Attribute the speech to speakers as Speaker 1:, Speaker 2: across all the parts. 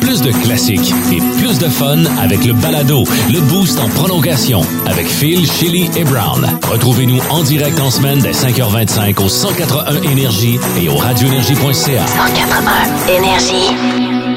Speaker 1: Plus de classiques et plus de fun avec le balado, le boost en prolongation avec Phil, Chili et Brown. Retrouvez-nous en direct en semaine dès 5h25 au 181 Énergie et au radioénergie.ca.
Speaker 2: 181 Énergie.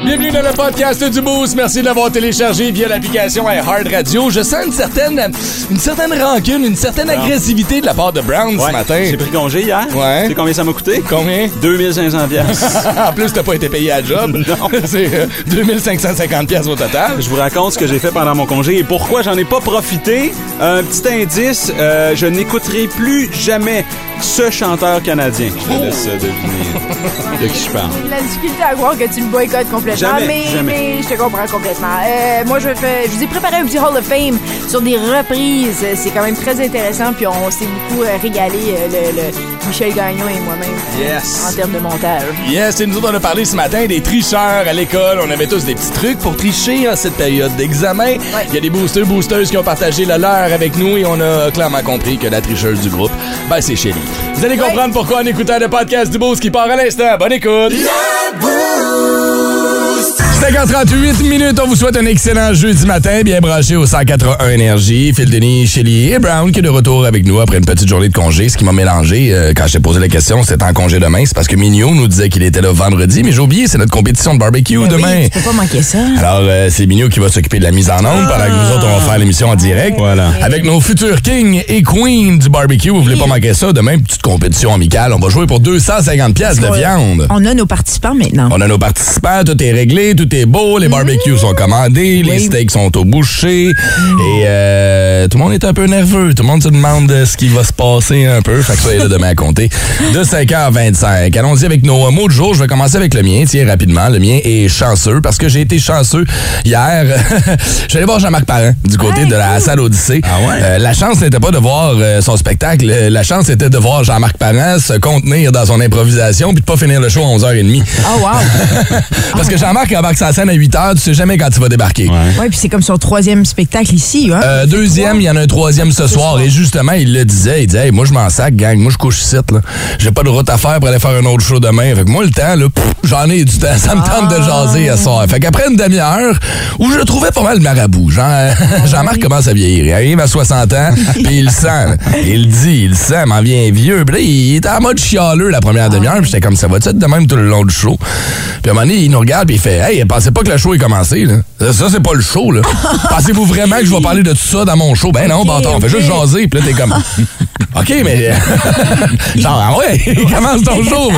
Speaker 3: Bienvenue dans le podcast du Boost. Merci de l'avoir téléchargé via l'application Hard Radio. Je sens une certaine, une certaine rancune, une certaine agressivité de la part de Brown ce
Speaker 4: Ouais,
Speaker 3: matin.
Speaker 4: J'ai pris congé hier.
Speaker 3: Ouais.
Speaker 4: Tu sais combien ça m'a coûté?
Speaker 3: Combien?
Speaker 4: 2500 piastres.
Speaker 3: en plus, t'as pas été payé à la job.
Speaker 4: Non.
Speaker 3: C'est euh, 2550 pièces au total.
Speaker 4: Je vous raconte ce que j'ai fait pendant mon congé et pourquoi j'en ai pas profité. Un petit indice, euh, je n'écouterai plus jamais ce chanteur canadien. Je te laisse euh, deviner de qui je parle.
Speaker 5: La difficulté à croire que tu le boycottes complètement,
Speaker 4: Jamais,
Speaker 5: mais,
Speaker 4: jamais.
Speaker 5: mais je te comprends complètement. Euh, moi, je, fais, je vous ai préparé un petit Hall of Fame sur des reprises. C'est quand même très intéressant, puis on s'est beaucoup euh, régalé, euh, le, le Michel Gagnon et moi-même, euh,
Speaker 3: Yes.
Speaker 5: en termes de montage.
Speaker 3: Yes, et nous autres, on a parlé ce matin des tricheurs à l'école. On avait tous des petits trucs pour tricher en cette période d'examen. Il y a des boosters, boosteuses qui ont partagé le leur avec nous et on a clairement compris que la tricheuse du groupe, ben, c'est Shelly. Vous allez comprendre pourquoi en écoutant le podcast du Boost qui part à l'instant. Bonne écoute! 5h38 minutes, on vous souhaite un excellent jeudi matin, bien branché au 181 Énergie. Phil Denis, Shelly et Brown qui est de retour avec nous après une petite journée de congé. Ce qui m'a mélangé euh, quand je t'ai posé la question, c'était en congé demain. C'est parce que Mignot nous disait qu'il était là vendredi, mais j'ai oublié, c'est notre compétition de barbecue
Speaker 6: Ben
Speaker 3: demain.
Speaker 5: tu peux pas manquer ça.
Speaker 3: Alors, euh, c'est Mignot qui va s'occuper de la mise en ombre pendant que nous autres, on va faire l'émission en direct.
Speaker 4: Voilà.
Speaker 3: Avec nos futurs kings et queens du barbecue, vous voulez pas manquer ça, demain, petite compétition amicale. On va jouer pour 250 pièces de viande.
Speaker 6: On a nos participants maintenant.
Speaker 3: On a nos participants, tout est réglé, tout est beau, les barbecues sont commandés, les steaks sont au boucher. Et euh, tout le monde est un peu nerveux. Tout le monde se demande euh, ce qui va se passer un peu. Fait que soyez là demain à compter. De 5h25. Allons-y avec nos euh, mots du jour. Je vais commencer avec le mien, tiens, rapidement. Le mien est chanceux parce que j'ai été chanceux hier. J'allais voir Jean-Marc Parent du côté de la salle Odyssée. Euh, la chance n'était pas de voir euh, son spectacle. Euh, La chance était de voir Jean-Marc Parent se contenir dans son improvisation puis de pas finir le show à 11h30.
Speaker 6: Oh wow!
Speaker 3: Parce que Jean-Marc embarque sa scène à 8 heures, tu sais jamais quand tu vas débarquer.
Speaker 6: ouais, puis c'est comme son troisième spectacle ici, hein?
Speaker 3: Euh, deuxième, il y en a un troisième ce soir. Et justement, il le disait, il disait, Hey, moi, je m'en sac, gang, moi, je couche ici, là. J'ai pas de route à faire pour aller faire un autre show demain. Fait que moi, le temps, là, pff, j'en ai du temps. Ça me tente de jaser à soir. Fait qu'après une demi-heure, où je le trouvais pas mal marabout. Jean, Jean-Marc commence à vieillir. hein. Il arrive à 60 ans, puis il le sent. là. Il le dit, il le sent, m'en vient vieux. Puis là, il était en mode chialeux la
Speaker 6: Ah.
Speaker 3: première demi-heure, puis j'étais comme, ça va-tu être de même tout le long du show? Puis à un moment donné, il nous regarde, puis il fait, hey, pensez pas que le show est commencé, là. Ça, ça, c'est pas le show, là. Pensez-vous vraiment que je vais parler de tout ça dans mon show? Ben non,
Speaker 6: Ok,
Speaker 3: bâtard, on fait
Speaker 6: ok.
Speaker 3: juste jaser, puis là, t'es comme, OK, mais. Genre, ah ouais, commence ton show.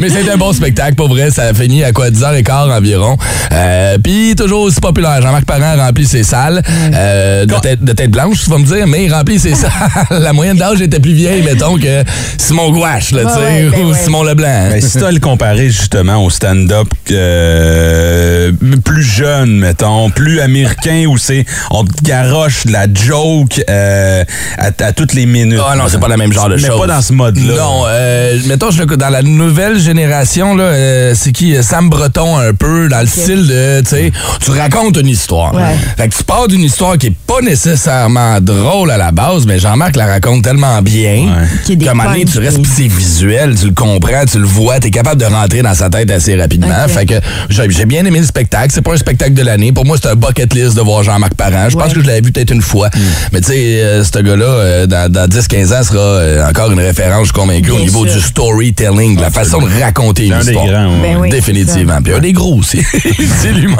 Speaker 3: mais c'est un bon spectacle, pour vrai. Ça a fini à quoi 10h15 environ. Euh, Puis toujours aussi populaire. Jean-Marc Parent remplit ses salles. euh, de, tête, de tête blanche, tu vas me dire, mais il remplit ses salles. La moyenne d'âge était plus vieille, mettons, que Simon Gouache, là, tu sais,
Speaker 5: Ouais, ouais, ben
Speaker 3: ou
Speaker 5: ouais.
Speaker 3: Simon Leblanc.
Speaker 4: Ben, si t'as le comparé justement au stand-up euh, plus jeune, mettons, plus américain, où c'est on te garoche de la joke euh, à, à toutes les minutes.
Speaker 3: Ah non, c'est pas le même genre de
Speaker 4: Mais
Speaker 3: chose.
Speaker 4: pas dans ce mode-là.
Speaker 3: Non, euh, mettons, je le- dans la nouvelle génération, là, euh, c'est qui? euh, Sam Breton, un peu, dans le style de, tu sais, tu racontes une histoire.
Speaker 6: Ouais.
Speaker 3: Fait que tu pars d'une histoire qui est pas nécessairement drôle à la base, mais Jean-Marc la raconte tellement bien.
Speaker 6: Qu'il y a des
Speaker 3: Comme année,
Speaker 6: punchs,
Speaker 3: tu restes,
Speaker 6: des-
Speaker 3: pis c'est visuel, tu le comprends, tu le vois, t'es capable de rentrer dans sa tête assez rapidement.
Speaker 6: Ok.
Speaker 3: Fait que j'ai j'ai bien aimé le spectacle. C'est pas un spectacle de l'année. Pour moi, c'est un bucket list de voir Jean-Marc Parent. Je pense
Speaker 6: Ouais. Mm.
Speaker 3: que je l'avais vu peut-être une fois. Mais tu sais, euh, ce gars-là, euh, dans, dans 10-15 ans, sera euh, encore une référence, je suis convaincu, au
Speaker 6: Bien
Speaker 3: niveau
Speaker 6: sûr.
Speaker 3: du storytelling, de la façon de raconter une
Speaker 4: un des
Speaker 3: histoire.
Speaker 4: grands, ouais.
Speaker 6: Ben oui,
Speaker 3: Euh, Définitivement. Puis un des gros aussi. c'est lui-même.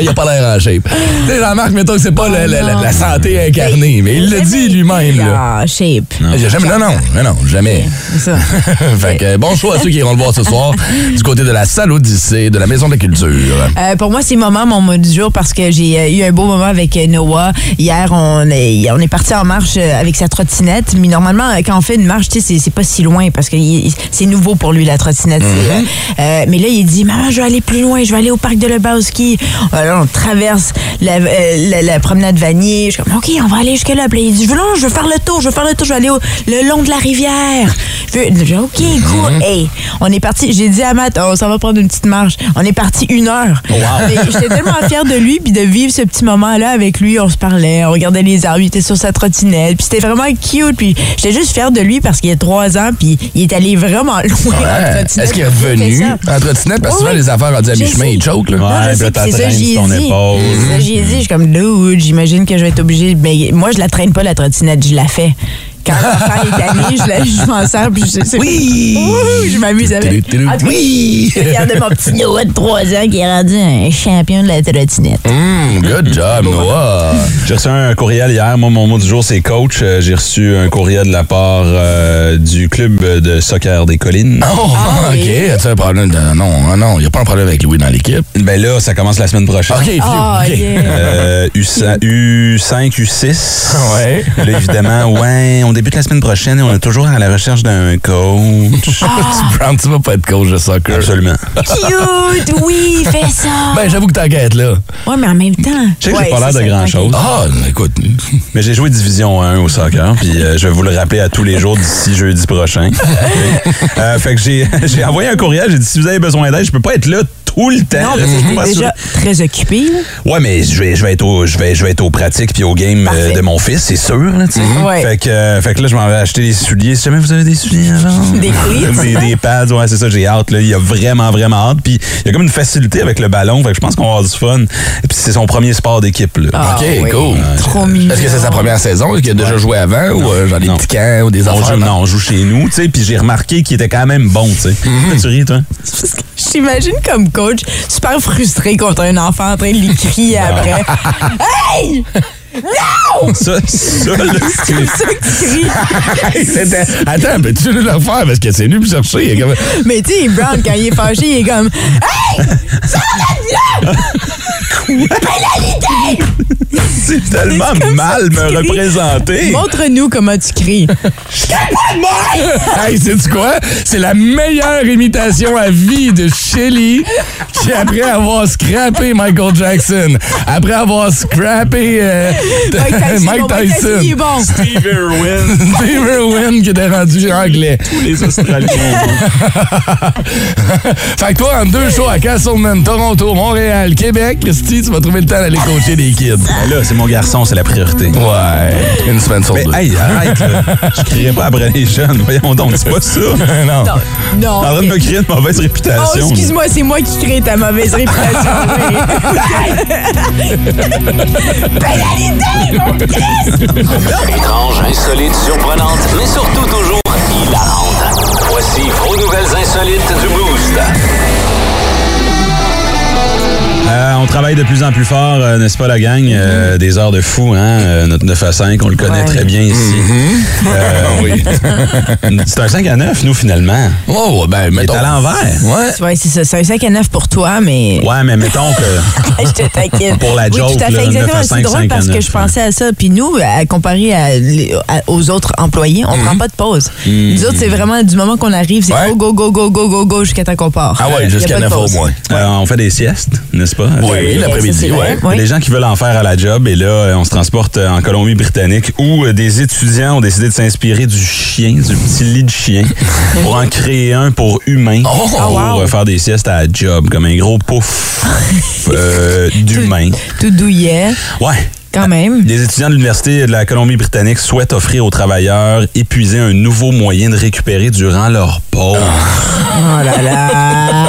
Speaker 3: il a pas l'air en shape. Tu sais, Jean-Marc, mettons que c'est pas
Speaker 6: Ah,
Speaker 3: le- le- la, la santé incarnée, mais il le dit lui-même, là.
Speaker 6: Ah, shape.
Speaker 3: J'ai jamais, non, non, non, non, jamais.
Speaker 6: C'est ça.
Speaker 3: fait que, bon choix à ceux qui iront le voir ce soir du côté de la salle Odyssée, de la Maison de la Culture.
Speaker 6: Euh, pour moi, c'est moment, mon mot du jour, parce que j'ai euh, eu un beau moment avec euh, Noah. Hier, on est, on est parti en marche euh, avec sa trottinette. Mais normalement, euh, quand on fait une marche, tu sais, c'est- c'est pas si loin, parce que il- il- c'est nouveau pour lui, la trottinette. c'est, euh, euh, mais là, il dit, maman, je vais aller plus loin, je vais aller au parc de Lebowski. Alors, on traverse la, euh, la- la promenade Vanier. Je suis comme, OK, on va aller jusque-là. Puis là, il dit, je veux, non, je veux faire le tour, je veux faire le tour, je vais aller au- le long de la rivière. Je veux- je- OK,
Speaker 3: Mmh.
Speaker 6: cool. Hey, on est parti. J'ai dit à Matt, on s'en va prendre une petite marche. On est parti une heure.
Speaker 3: Oh,
Speaker 6: Mais J'étais tellement fière de lui, puis de vivre ce petit moment-là avec lui. On se parlait, on regardait les arbres, il était sur sa trottinette, puis c'était vraiment cute. Puis j'étais juste fière de lui parce qu'il a trois ans, puis il est allé vraiment loin en
Speaker 3: Ah Ouais.
Speaker 6: trottinette.
Speaker 3: Est-ce qu'il est
Speaker 6: Fait
Speaker 3: revenu
Speaker 6: ça.
Speaker 3: en trottinette? Parce que
Speaker 6: Oui,
Speaker 3: souvent,
Speaker 6: oui.
Speaker 3: les affaires rendues à
Speaker 6: Je
Speaker 3: mi-chemin,
Speaker 6: sais.
Speaker 3: ils choke. Là.
Speaker 6: Non,
Speaker 4: Ouais,
Speaker 6: je sais,
Speaker 4: puis là,
Speaker 6: puis c'est ça,
Speaker 4: t'attraines
Speaker 6: j'y ai
Speaker 4: ton
Speaker 6: dit.
Speaker 4: épaule.
Speaker 6: C'est ça, j'y ai dit. Je suis comme, dude, j'imagine que je vais être obligée. Mais moi, je la traîne pas, la trottinette, je la fais. Quand l'enfant est allé, je, la- je m'en sers, puis je c'est-
Speaker 3: Oui!
Speaker 6: Ouh, je m'amuse avec.
Speaker 3: Tudu, tudu. Oui!
Speaker 6: Je suis fière de mon petit Noah de 3 ans qui est rendu un champion de la trottinette.
Speaker 3: Hum, good
Speaker 6: Ah,
Speaker 3: job, Noah.
Speaker 4: J'ai reçu un courriel hier. Moi, mon mot du jour, c'est coach. Euh, J'ai reçu un courriel de la part euh, du club de soccer des collines.
Speaker 3: Oh, OK.
Speaker 6: Ah, oui.
Speaker 3: As-tu un problème? De... Non, ah non, il n'y a pas un problème avec Louis dans l'équipe.
Speaker 4: Ben là, ça commence la semaine prochaine.
Speaker 3: OK, Phil,
Speaker 6: Ah,
Speaker 3: OK.
Speaker 6: yeah.
Speaker 4: Euh, U5, U5, U6.
Speaker 3: Ouais.
Speaker 4: Là, évidemment, ouais, on débute la semaine prochaine et on est toujours à la recherche d'un coach.
Speaker 3: Brown, tu vas pas être coach de soccer.
Speaker 4: Absolument.
Speaker 6: Cute, oui, fais ça.
Speaker 3: Ben, j'avoue que t'inquiètes, là.
Speaker 6: Ouais, mais en même temps.
Speaker 4: Je sais que
Speaker 6: Ouais,
Speaker 4: j'ai pas l'air
Speaker 6: c'est
Speaker 4: de
Speaker 6: ça,
Speaker 4: grand-chose,
Speaker 3: Ah, écoute.
Speaker 4: mais j'ai joué Division 1 au soccer, puis euh, je vais vous le rappeler à tous les jours d'ici jeudi prochain. Euh, fait que j'ai j'ai envoyé un courriel, j'ai dit si vous avez besoin d'aide, je peux pas être là tout le temps.
Speaker 6: Non,
Speaker 4: là,
Speaker 6: parce
Speaker 4: c'est
Speaker 6: que
Speaker 4: Mmh. pas
Speaker 6: t'es déjà très occupé. là.
Speaker 4: Ouais, mais je vais, je vais être au, je vais, je vais être aux pratiques puis aux games
Speaker 6: Parfait. Mhm.
Speaker 4: euh, de mon fils, c'est sûr. Là, tu sais.
Speaker 6: Ouais.
Speaker 4: Fait que, euh, fait que là, je m'en vais acheter des souliers. Si jamais vous avez des souliers avant.
Speaker 6: Des cleats.
Speaker 4: des, des pads, ouais, c'est ça, j'ai hâte. Là. Il y a vraiment, vraiment hâte. Puis il y a comme une facilité avec le ballon. Fait que je pense qu'on va avoir du fun. Puis c'est son premier sport d'équipe. là.
Speaker 6: Ah,
Speaker 3: OK,
Speaker 6: oui.
Speaker 3: cool.
Speaker 6: Trop mignon.
Speaker 3: Est-ce que c'est sa première saison? Est-ce qu'il a déjà joué avant? Ou euh, genre des
Speaker 4: Non.
Speaker 3: petits camps ou des
Speaker 4: On
Speaker 3: affaires?
Speaker 4: joue, non, on joue chez nous, tu sais, puis j'ai remarqué qu'il était quand même bon, tu sais. Tu ris, toi?
Speaker 6: Je t'imagine comme coach, super frustré contre un enfant en train de lui crier après. hey!
Speaker 4: Ça, ça, là, c'est-
Speaker 6: Comme ça que tu cries.
Speaker 3: Hey, c'était- Attends, mais tu veux le faire parce que c'est venu me chercher. Il y a comme-
Speaker 6: Mais tu sais, Brown, quand il est fâché, il est comme
Speaker 4: c'est tellement
Speaker 6: C'est comme ça
Speaker 4: mal
Speaker 6: que tu
Speaker 4: me
Speaker 6: ris.
Speaker 4: représenter.
Speaker 6: Montre-nous comment tu cries.
Speaker 3: Hey, sais-tu quoi? C'est la meilleure imitation à vie de Shelly qui, après avoir scrappé Michael Jackson, après avoir scrappé euh,
Speaker 6: Mike Tyson.
Speaker 3: Mike
Speaker 6: bon,
Speaker 3: Tyson,
Speaker 6: il est bon.
Speaker 4: Steve Irwin,
Speaker 3: Steve Irwin qui était rendu anglais.
Speaker 4: les Australiens.
Speaker 3: Fait que toi, en deux shows à Castleman, Toronto, Montréal, Québec, Christy, tu vas trouver le temps d'aller coacher des kids.
Speaker 4: Ben là, c'est mon garçon, c'est la priorité.
Speaker 3: Ouais, une semaine sur
Speaker 4: Mais
Speaker 3: deux.
Speaker 4: hey, arrête, là. Je crierai pas après les jeunes. Voyons donc, dis pas ça.
Speaker 3: non.
Speaker 6: Non.
Speaker 4: T'es
Speaker 6: non
Speaker 4: en train de me
Speaker 6: ok.
Speaker 4: créer une mauvaise
Speaker 6: Oh,
Speaker 4: réputation.
Speaker 6: excuse-moi, c'est moi qui crée ta mauvaise réputation.
Speaker 1: Étrange, insolite, surprenante, mais surtout toujours hilarante. Voici vos nouvelles insolites du Boost.
Speaker 4: Euh, on travaille de plus en plus fort, euh, n'est-ce pas, la gang? Euh, Des heures de fou, hein? Euh, notre 9 à 5, on le connaît
Speaker 6: Mm-hmm. Ouais.
Speaker 4: très bien ici. Euh, c'est un 5 à 9, nous, finalement.
Speaker 3: Oh, ben,
Speaker 4: Mais
Speaker 3: mettons.
Speaker 4: à l'envers.
Speaker 3: Ouais.
Speaker 6: Ouais, c'est ça. C'est un 5 à 9 pour toi, mais.
Speaker 4: Ouais, mais mettons que.
Speaker 6: Je te taquine.
Speaker 4: Pour la joke,
Speaker 6: oui, tout à fait,
Speaker 4: là,
Speaker 6: exactement.
Speaker 4: 9 à
Speaker 6: C'est
Speaker 4: 5,
Speaker 6: drôle parce
Speaker 4: 59,
Speaker 6: que je pensais à ça. Puis nous, à, comparé à, les- à- aux autres employés, on prend pas de pause. Nous autres, c'est vraiment du moment qu'on arrive, c'est
Speaker 3: Mhm. Ouais.
Speaker 6: go, go, go, go, go, go, go, jusqu'à temps qu'on part.
Speaker 3: Ah
Speaker 6: Euh, Y
Speaker 3: ouais,
Speaker 6: a
Speaker 3: jusqu'à
Speaker 6: pas de
Speaker 3: 9 au
Speaker 6: pause.
Speaker 3: moins.
Speaker 4: Euh, on fait des siestes, n'est-ce pas?
Speaker 3: Oui,
Speaker 6: ça,
Speaker 3: l'après-midi,
Speaker 6: c'est vrai.
Speaker 3: ouais.
Speaker 4: Il y a des gens qui veulent en faire à la job et là, euh, on se transporte euh, en Colombie-Britannique où euh, des étudiants ont décidé de s'inspirer du chien, du petit lit de chien, pour en créer un pour humain,
Speaker 3: Oh!
Speaker 4: pour
Speaker 3: Ah,
Speaker 4: euh, faire des siestes à la job, comme un gros pouf euh, d'humain.
Speaker 6: Tout douillet,
Speaker 4: Ouais.
Speaker 6: quand même.
Speaker 4: Les étudiants de l'Université de la Colombie-Britannique souhaitent offrir aux travailleurs épuisés un nouveau moyen de récupérer durant leur pause.
Speaker 3: Ah.
Speaker 6: Oh là là.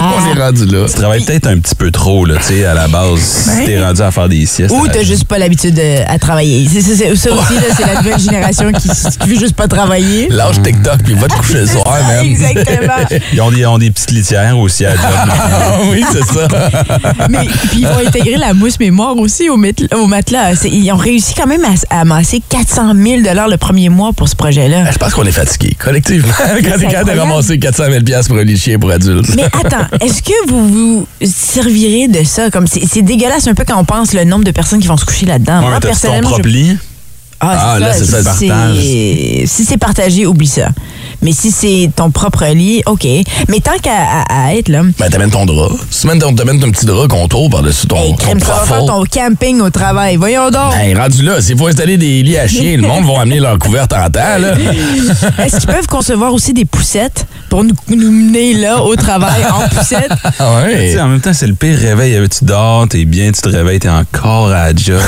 Speaker 3: On est rendu là.
Speaker 4: Tu travailles peut-être un petit peu trop, là, tu sais, à la base, si t'es rendu à faire des siestes.
Speaker 6: Ou
Speaker 4: à la
Speaker 6: t'as
Speaker 4: job.
Speaker 6: juste pas l'habitude de- à travailler. C'est, c'est- c'est- ça aussi, là, c'est la nouvelle génération qui, qui veut juste pas travailler.
Speaker 3: Lâche TikTok puis va te coucher le soir, man.
Speaker 6: Exactement.
Speaker 4: Ils ont des, ils ont des petites litières aussi à la job.
Speaker 3: Ah oui, c'est ça.
Speaker 6: Mais puis ils vont intégrer la mousse mémoire aussi au, mét- au matelas. C'est- Ils ont réussi quand même à, s- à amasser 400 000 dollars le premier mois pour ce projet-là.
Speaker 3: Eh, Je pense qu'on est fatigué, collectivement. Quand t'es capable de
Speaker 6: incroyable.
Speaker 3: ramasser 400 000 pour un lit de chien pour adultes.
Speaker 6: Mais attends, est-ce que vous vous servirez de ça comme c'est c'est dégueulasse un peu quand on pense le nombre de personnes qui vont se coucher là-dedans.
Speaker 4: Ouais, mais
Speaker 6: Moi
Speaker 4: t'as-tu ton
Speaker 6: personnellement,
Speaker 4: propre
Speaker 6: je-
Speaker 4: lit?
Speaker 6: ah,
Speaker 3: Ah, là, c'est ça, le
Speaker 6: c'est-
Speaker 4: partage.
Speaker 6: Si c'est partagé, oublie ça. Mais si c'est ton propre lit, OK. Mais tant qu'à à- à être, là,
Speaker 3: Ben, t'amènes ton drap. Si tu ton, t'amènes ton petit drap contour par-dessus ton,
Speaker 6: hey,
Speaker 3: ton
Speaker 6: crème, ça va faire
Speaker 3: trafo.
Speaker 6: ton camping au travail. Voyons donc.
Speaker 3: Hey, rendu là, s'il faut installer des lits à chiens, le monde va amener leur couverte en temps, là.
Speaker 6: Est-ce qu'ils peuvent concevoir aussi des poussettes pour nous, nous mener là au travail en poussette?
Speaker 3: Ah
Speaker 4: Tu
Speaker 3: ouais.
Speaker 4: sais, en même temps, c'est le pire réveil. Euh, Tu dors, t'es bien, tu te réveilles, t'es encore à la job.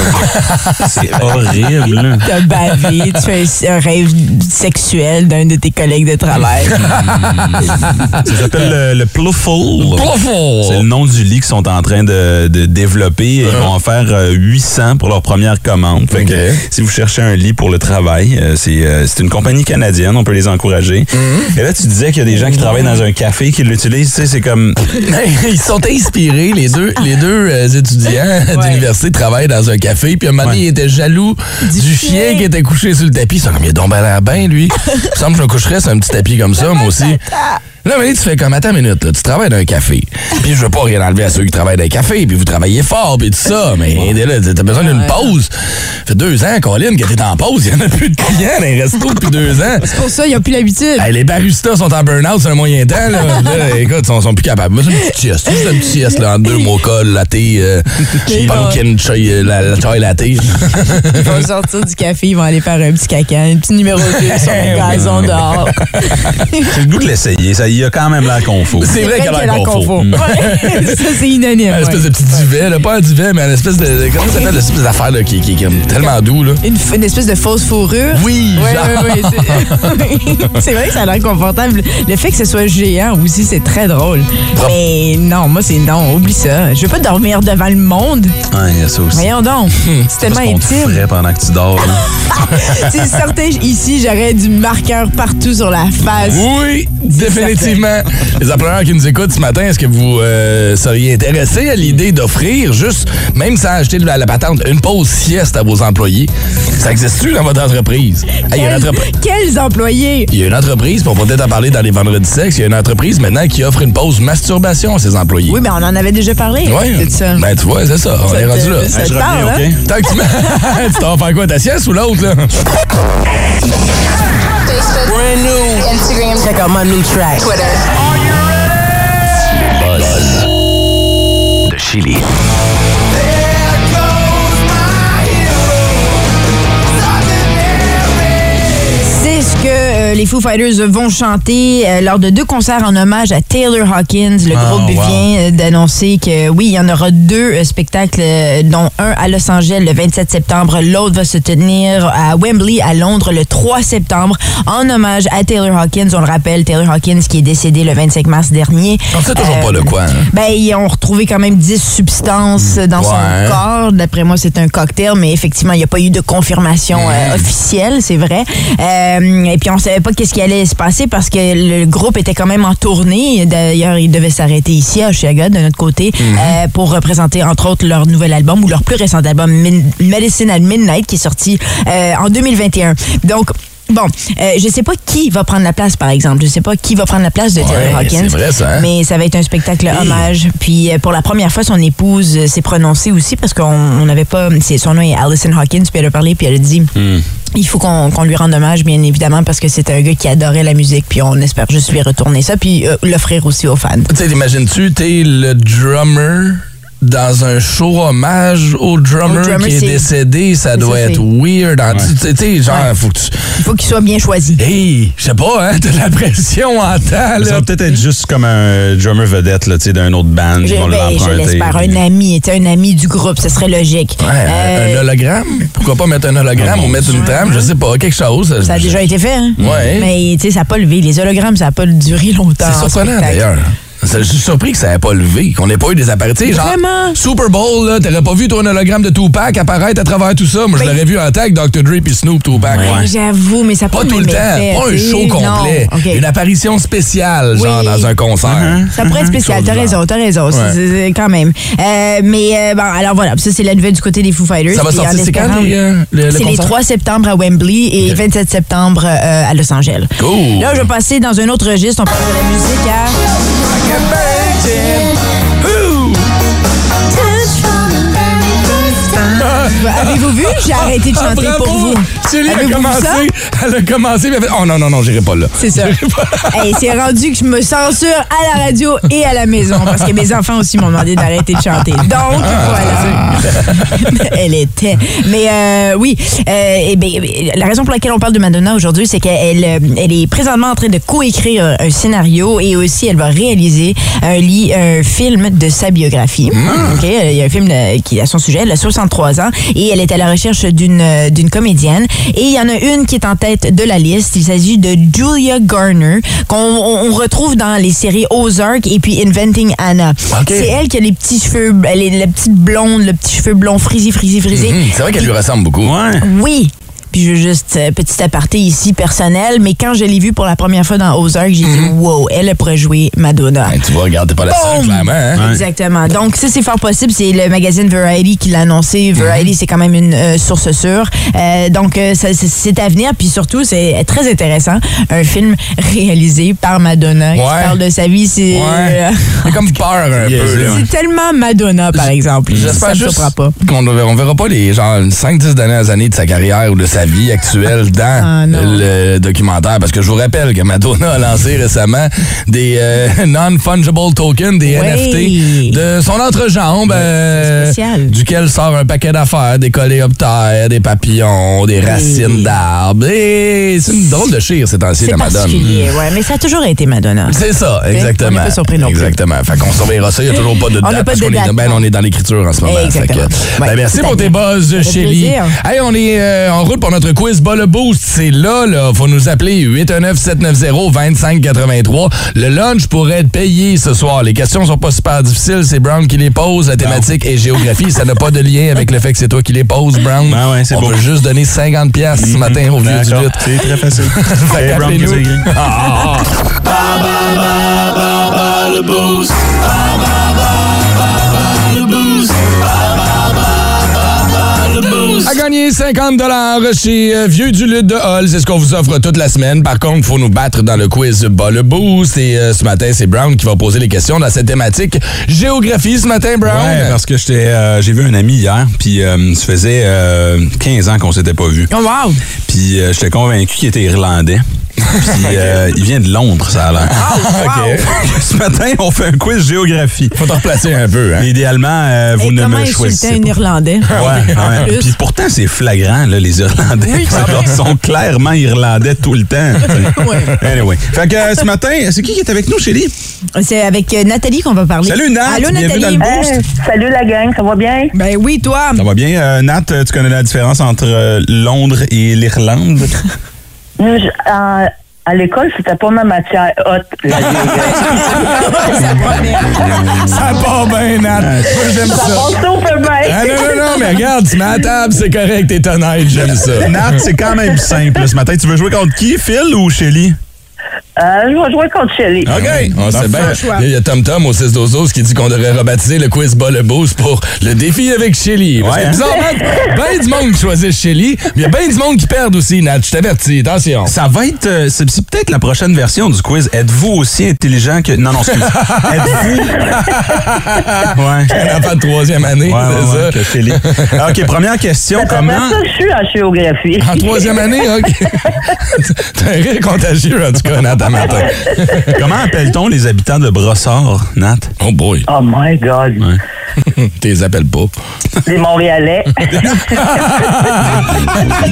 Speaker 4: c'est horrible. là.
Speaker 6: T'as bavé, tu fais un- un rêve sexuel d'un de tes collègues de travail.
Speaker 4: Ça s'appelle le, le Pluffle. C'est le
Speaker 3: Profond.
Speaker 4: nom du lit qu'ils sont en train de, de développer. Et Ils vont en faire euh, 800 pour leur première commande. Fait que,
Speaker 3: Ok.
Speaker 4: si vous cherchez un lit pour le travail, euh, c'est euh, c'est une compagnie canadienne. On peut les encourager.
Speaker 3: Mhm.
Speaker 4: Et là, tu disais qu'il y a des gens qui travaillent dans un café qui l'utilisent. Tu sais, c'est comme...
Speaker 3: Hey, Ben, Ils sont inspirés, les deux, les deux euh, étudiants d'université travaillent dans un café, puis un moment donné,
Speaker 4: Ouais.
Speaker 3: ils étaient jaloux du, chien. qui était couché sur le tapis. Ils sont comme, il est donc ben à bain, lui. Il me semble que je me coucherais sur un petit tapis comme ça, moi aussi. Là, mais tu fais comme, attends une minute, là, tu travailles dans un café. Puis je veux pas rien enlever à ceux qui travaillent dans un café, puis vous travaillez fort, puis tout ça, mais dès là, t'as besoin d'une pause. Ça fait deux ans, Colin, que t'es en pause, il y en a plus de clients dans les restos depuis deux ans.
Speaker 6: pour ça, ils n'ont plus l'habitude.
Speaker 3: Hey, les baristas sont en burn-out, c'est un moyen temps. Là. Là, écoute, ils sont, sont plus capables. Moi, c'est une petite sieste. Juste une petite sieste, là, entre deux mocha, latte, euh, pumpkin chai, euh, la, la chai latte.
Speaker 6: Ils vont sortir du café, ils vont aller faire un petit caca, un petit numéro 2 sur le gazon dehors.
Speaker 4: J'ai le goût de l'essayer. Ça y a quand même l'air confo.
Speaker 3: C'est vrai qu'elle a l'air confort.
Speaker 6: Ouais, ça, c'est unanime.
Speaker 3: Une
Speaker 6: ouais.
Speaker 3: espèce de petit duvet, là, pas un duvet, mais une espèce de. de- comment ça s'appelle, l'espèce d'affaire là, qui, qui, qui est tellement doux, là?
Speaker 6: Une, f- une espèce de fausse fourrure.
Speaker 3: Oui,
Speaker 6: Ouais,
Speaker 3: genre.
Speaker 6: ouais, ouais, c'est- c'est vrai que ça a l'air confortable. Le fait que ce soit géant aussi, c'est très drôle. Mais non, moi, c'est non, oublie ça. Je veux pas dormir devant le monde.
Speaker 4: Ouais, il y a ça aussi.
Speaker 6: Voyons donc, c'est
Speaker 4: Parce
Speaker 6: tellement
Speaker 4: qu'on te
Speaker 6: intime.
Speaker 4: ferait pendant que tu dors. là.
Speaker 6: C'est certain, ici, j'aurais du marqueur partout sur la face.
Speaker 3: Oui, définitivement. Les appreneurs qui nous écoutent ce matin, est-ce que vous euh, seriez intéressés à l'idée d'offrir, juste, même sans acheter de la, la patente, une pause sieste à vos employés? Ça existe-tu dans votre entreprise? Hey, il y a une
Speaker 6: Quels,
Speaker 3: entreprise.
Speaker 6: quels employés?
Speaker 3: Il y a une entreprise, puis on va peut-être en parler dans les vendredis sexes, il y a une entreprise maintenant qui offre une pause masturbation à ses employés.
Speaker 6: Oui, mais on en avait déjà parlé.
Speaker 3: Ouais.
Speaker 6: de ça.
Speaker 3: Ben, tu vois, c'est ça. On est
Speaker 6: te-
Speaker 3: rendu là.
Speaker 6: ça
Speaker 4: Hey,
Speaker 6: te
Speaker 4: je reviens,
Speaker 6: parle, hein?
Speaker 4: OK?
Speaker 3: Tant que tu m'as- tu t'en vas faire quoi, ta sieste ou l'autre, là?
Speaker 7: Brand new.
Speaker 2: Instagram,
Speaker 7: Check out my new track.
Speaker 2: Twitter.
Speaker 1: de Chili.
Speaker 6: C'est ce que euh, les Foo Fighters vont chanter euh, lors de deux concerts en hommage à Taylor Hawkins. Le
Speaker 3: Ah,
Speaker 6: groupe
Speaker 4: wow.
Speaker 6: vient euh, d'annoncer que oui, il y en aura deux euh, spectacles, euh, dont un à Los Angeles le 27 septembre. L'autre va se tenir à Wembley, à Londres, le 3 septembre, en hommage à Taylor Hawkins. On le rappelle, Taylor Hawkins qui est décédé le 25 mars dernier.
Speaker 3: On sait toujours
Speaker 6: Euh,
Speaker 3: pas de quoi. hein.
Speaker 6: Ben, ils ont retrouvé quand même 10 substances dans
Speaker 3: Ouais.
Speaker 6: son corps. D'après moi, c'est un cocktail, mais effectivement, il n'y a pas eu de confirmation
Speaker 3: Mm.
Speaker 6: euh, officielle, c'est vrai. Euh, et puis, on savait pas qu'est-ce qui allait se passer parce que le groupe était quand même en tournée. D'ailleurs, ils devaient s'arrêter ici, à Oshiaga, de notre côté,
Speaker 3: Mm-hmm.
Speaker 6: euh, pour représenter, entre autres, leur nouvel album ou leur plus récent album, Min- Medicine at Midnight, qui est sorti euh, en 2021. Donc, Bon, euh, je sais pas qui va prendre la place, par exemple. Je sais pas qui va prendre la place de Taylor
Speaker 3: Ouais,
Speaker 6: Hawkins.
Speaker 3: c'est vrai, ça, hein?
Speaker 6: Mais ça va être un spectacle hommage. Puis euh, pour la première fois, son épouse euh, s'est prononcée aussi parce qu'on on n'avait pas. c'est- Son nom est Allison Hawkins, puis elle a parlé, puis elle a dit.
Speaker 3: Hmm.
Speaker 6: Il faut qu'on qu'on lui rende hommage, bien évidemment, parce que c'est un gars qui adorait la musique, puis on espère juste lui retourner ça, puis euh, l'offrir aussi aux fans.
Speaker 3: Tu sais, t'imagines-tu, t'es le drummer dans un show hommage au drummer,
Speaker 6: Au drummer,
Speaker 3: qui est
Speaker 6: c'est-
Speaker 3: décédé, ça doit
Speaker 6: ça,
Speaker 3: être weird. en- Tu sais, tu sais, genre,
Speaker 6: Ouais.
Speaker 3: faut que tu.
Speaker 6: Il faut qu'il soit bien choisi.
Speaker 3: Hey, je sais pas, hein, t'as de la pression en temps,
Speaker 4: Ça
Speaker 3: là.
Speaker 4: va peut-être être juste comme un drummer vedette là, tu sais, d'un autre band.
Speaker 6: Je,
Speaker 4: ils vont
Speaker 6: ben, je
Speaker 4: l'emprunter.
Speaker 6: l'espère, un ami, tu sais, un ami du groupe, ce serait logique.
Speaker 3: Ouais, un-
Speaker 6: Euh,
Speaker 3: Un hologramme? Pourquoi pas mettre un hologramme
Speaker 4: Oh,
Speaker 3: ou
Speaker 4: mon
Speaker 3: mettre une trame? Je sais pas, quelque chose.
Speaker 6: Ah, ça a déjà été fait, hein?
Speaker 3: Ouais.
Speaker 6: Mais tu sais, ça n'a pas levé. Les hologrammes, ça n'a pas duré longtemps.
Speaker 3: C'est
Speaker 6: en
Speaker 3: surprenant
Speaker 6: spectacle.
Speaker 3: d'ailleurs. Ça- Je suis surpris que ça n'ait pas levé, qu'on n'ait pas eu des appareils. Tu sais, genre,
Speaker 6: Vraiment?
Speaker 3: Super Bowl, là, t'aurais pas vu ton hologramme de Tupac apparaître à travers tout ça. Moi, je l'aurais vu en tag Dr. Dre puis Snoop Tupac.
Speaker 6: Ben,
Speaker 3: Ouais.
Speaker 6: J'avoue, mais ça
Speaker 3: Pas
Speaker 6: peut
Speaker 3: tout le temps, pas un show complet. Une apparition spéciale, genre
Speaker 6: Oui. Uh-huh.
Speaker 3: dans un concert.
Speaker 6: ça pourrait être spécial,
Speaker 3: Chose
Speaker 6: t'as
Speaker 3: genre.
Speaker 6: raison, t'as raison, c'est- c'est- c'est quand même. Euh, mais euh, bon, alors voilà, ça c'est la nouvelle du côté des Foo Fighters.
Speaker 3: Ça va
Speaker 6: puis en
Speaker 3: sortir, c'est quand
Speaker 6: espérant-
Speaker 3: les, euh, le, le
Speaker 6: C'est les
Speaker 3: concert?
Speaker 6: 3 septembre à Wembley et 27 septembre euh, à Los Angeles.
Speaker 3: Cool.
Speaker 6: Là, je vais passer dans un autre registre, on parle de la musique à...
Speaker 3: Ah,
Speaker 6: Avez-vous vu? J'ai arrêté de
Speaker 3: Ah,
Speaker 6: chanter
Speaker 3: bravo!
Speaker 6: pour vous.
Speaker 3: Chélie a
Speaker 6: Avez-vous vu ça?
Speaker 3: commencé, elle a commencé, mais elle a fait, oh non, non, non, j'irai pas là.
Speaker 6: C'est ça. Hey, c'est rendu que je me censure à la radio et à la maison parce que mes enfants aussi m'ont demandé d'arrêter de chanter. Donc, voilà. Elle était. Mais euh, oui, euh, eh ben, la raison pour laquelle on parle de Madonna aujourd'hui, c'est qu'elle euh, elle est présentement en train de coécrire un scénario et aussi elle va réaliser un, li- un film de sa biographie. OK? euh, Il y a un film de- qui est à son sujet. Elle a 63 ans et elle est à la recherche d'une euh, d'une comédienne. Et il y en a une qui est en tête de la liste. Il s'agit de Julia Garner, qu'on on- on retrouve dans les séries Ozark et puis Inventing Anna. C'est elle qui a les petits cheveux, elle est la petite blonde, le petit cheveu blond frisé, frisé, frisé.
Speaker 3: Hum, C'est vrai qu'elle lui ressemble beaucoup.
Speaker 4: Ouais.
Speaker 6: Oui. Puis je veux juste, euh, petit aparté ici personnel, mais quand je l'ai vue pour la première fois dans Ozark, j'ai dit, wow, elle elle pourrait jouer Madonna.
Speaker 3: Hey, tu vois, regarde, t'es pas la seule,
Speaker 6: Boum!
Speaker 3: clairement. hein?
Speaker 6: Exactement. Donc, ça, c'est fort possible. C'est le magazine Variety qui l'a
Speaker 4: Mhm.
Speaker 6: annoncé. Variety, c'est quand même une euh, source sûre. Euh, donc, euh, ça, c'est- c'est à venir. Puis surtout, c'est très intéressant. Un film réalisé par Madonna qui
Speaker 3: Ouais.
Speaker 6: parle de sa vie. C'est euh,
Speaker 3: Ouais. J'ai comme peur un
Speaker 4: Yes,
Speaker 3: peu. là.
Speaker 4: yes.
Speaker 6: c'est tellement Madonna, par exemple. Ça
Speaker 3: J'espère
Speaker 6: ne
Speaker 3: juste
Speaker 6: surprend pas.
Speaker 3: qu'on ne verra- on verra pas les genre 5-10 dernières années de sa carrière ou de sa vie actuelle dans
Speaker 6: Ah, non.
Speaker 3: le documentaire. Parce que je vous rappelle que Madonna a lancé récemment des euh, non-fungible tokens, des
Speaker 6: Ouais.
Speaker 3: NFT, de son entrejambe, euh,
Speaker 6: spécial.
Speaker 3: duquel sort un paquet d'affaires, des coléoptères, des papillons, des racines d'arbres. Et C'est une drôle de chire ces temps-ci,
Speaker 6: C'est
Speaker 3: la Madonna.
Speaker 6: particulier, ouais, mais ça a toujours été Madonna.
Speaker 3: C'est ça, exactement.
Speaker 6: on est pas surpris non plus.
Speaker 3: Exactement. Fait qu'on surveillera ça. Il n'y a toujours pas de
Speaker 6: On
Speaker 3: date.
Speaker 6: n'a pas
Speaker 3: parce
Speaker 6: de
Speaker 3: qu'on
Speaker 6: date,
Speaker 3: Est, ben,
Speaker 6: non.
Speaker 3: on est dans l'écriture en ce moment. Fait que-
Speaker 6: Exactement.
Speaker 3: ben,
Speaker 6: Ouais,
Speaker 3: merci
Speaker 6: tout à
Speaker 3: pour
Speaker 6: fait.
Speaker 3: tes buzz,
Speaker 6: fait
Speaker 3: Chélie.
Speaker 6: plaisir.
Speaker 3: Hey, on est euh, en route pour notre quiz Bas le Boost. C'est là, là. Faut nous appeler 819-790-2583. Le lunch pourrait être payé ce soir. Les questions sont pas super difficiles. C'est Brown qui les pose. La thématique est géographie. Ça n'a pas de lien avec le fait que c'est toi qui les poses, Brown.
Speaker 4: Ben ouais, c'est
Speaker 3: on
Speaker 4: beau. Mhm.
Speaker 3: va juste donner 50$ piastres ce matin au vieux du
Speaker 4: D'accord.
Speaker 3: lutte.
Speaker 4: C'est très facile.
Speaker 3: Fait
Speaker 4: C'est Brown qui
Speaker 3: qu'appelez-nous.
Speaker 4: les écrit.
Speaker 3: À gagner 50 chez euh, Vieux du Lutte de Hall. C'est ce qu'on vous offre toute la semaine. Par contre, faut nous battre dans le quiz Bas le Boost. Et euh, ce matin, c'est Brown qui va poser les questions dans cette thématique géographie ce matin, Brown.
Speaker 4: Ouais, parce que j'étais, euh, j'ai vu un ami hier, puis euh, ça faisait euh, 15 ans qu'on s'était pas vu.
Speaker 6: Oh, wow!
Speaker 4: Puis euh, j'étais convaincu qu'il était irlandais. Puis euh, il vient de Londres, ça a l'air.
Speaker 3: Ah,
Speaker 4: Ce matin, on fait un quiz géographie.
Speaker 3: Faut te replacer un peu. Hein?
Speaker 4: Mais Idéalement, euh, vous
Speaker 6: Et
Speaker 4: ne
Speaker 6: comment
Speaker 4: me
Speaker 6: insulter
Speaker 4: choisissez
Speaker 6: un
Speaker 4: pas.
Speaker 6: Irlandais?
Speaker 4: Ouais,
Speaker 6: En
Speaker 4: ouais.
Speaker 6: plus.
Speaker 4: Puis pourtant, c'est flagrant, là, les Irlandais. Ils sont clairement Irlandais tout le temps. Anyway. Fait que euh, ce matin, c'est qui qui est avec nous, Chélie?
Speaker 6: C'est avec euh, Nathalie qu'on va parler.
Speaker 4: Salut, Nat.
Speaker 6: Allô,
Speaker 4: Bienvenue
Speaker 6: Nathalie!
Speaker 4: dans le boost.
Speaker 8: Salut la gang, ça va bien?
Speaker 6: Ben oui, toi!
Speaker 4: Ça va bien. Euh, Nat, euh, tu connais la différence entre euh, Londres et l'Irlande?
Speaker 8: Nous, je- à, à l'école, c'était pas ma matière haute. la géographie.
Speaker 3: Ça part bien, Nat. Moi, j'aime
Speaker 8: ça
Speaker 3: ça.
Speaker 8: passe super bien.
Speaker 3: Ah, non, non, non, mais regarde, tu mets à table, c'est correct, t'es honnête, j'aime ça.
Speaker 4: Nat, c'est quand même simple. Ce matin, tu veux jouer contre qui, Phil ou Shelly?
Speaker 8: Euh, je vais jouer contre Shelly.
Speaker 3: OK, on sait
Speaker 4: Parfait.
Speaker 3: Ah, bien. Il y a Tom Tom au 6 12 qui dit qu'on devrait rebaptiser le quiz Bas le Boost pour le défi avec Shelly. Parce
Speaker 4: Ouais,
Speaker 3: que
Speaker 4: hein?
Speaker 3: bizarrement, ben du monde qui choisit Shelly, mais il y a ben du monde qui perd aussi, Nat. Je t'avertis, attention.
Speaker 4: Ça va être. euh, c'est c'est peut-être la prochaine version du quiz. Êtes-vous aussi intelligent que. Non, non, excuse. Êtes-vous. ouais.
Speaker 3: Un enfant de troisième année,
Speaker 4: Ouais, ouais,
Speaker 3: c'est
Speaker 4: ouais,
Speaker 3: ça.
Speaker 4: que Shelly. OK, première question.
Speaker 8: Comment
Speaker 4: Comment.
Speaker 8: ça, que je suis en géographie.
Speaker 3: En troisième année, OK. T'as un rire contagieux, en tout cas, Nat, à matin.
Speaker 4: Comment appelle-t-on les habitants de Brossard, Nat?
Speaker 3: Oh boy,
Speaker 8: Oh my God.
Speaker 3: t'es appelles pas.
Speaker 8: Les Montréalais.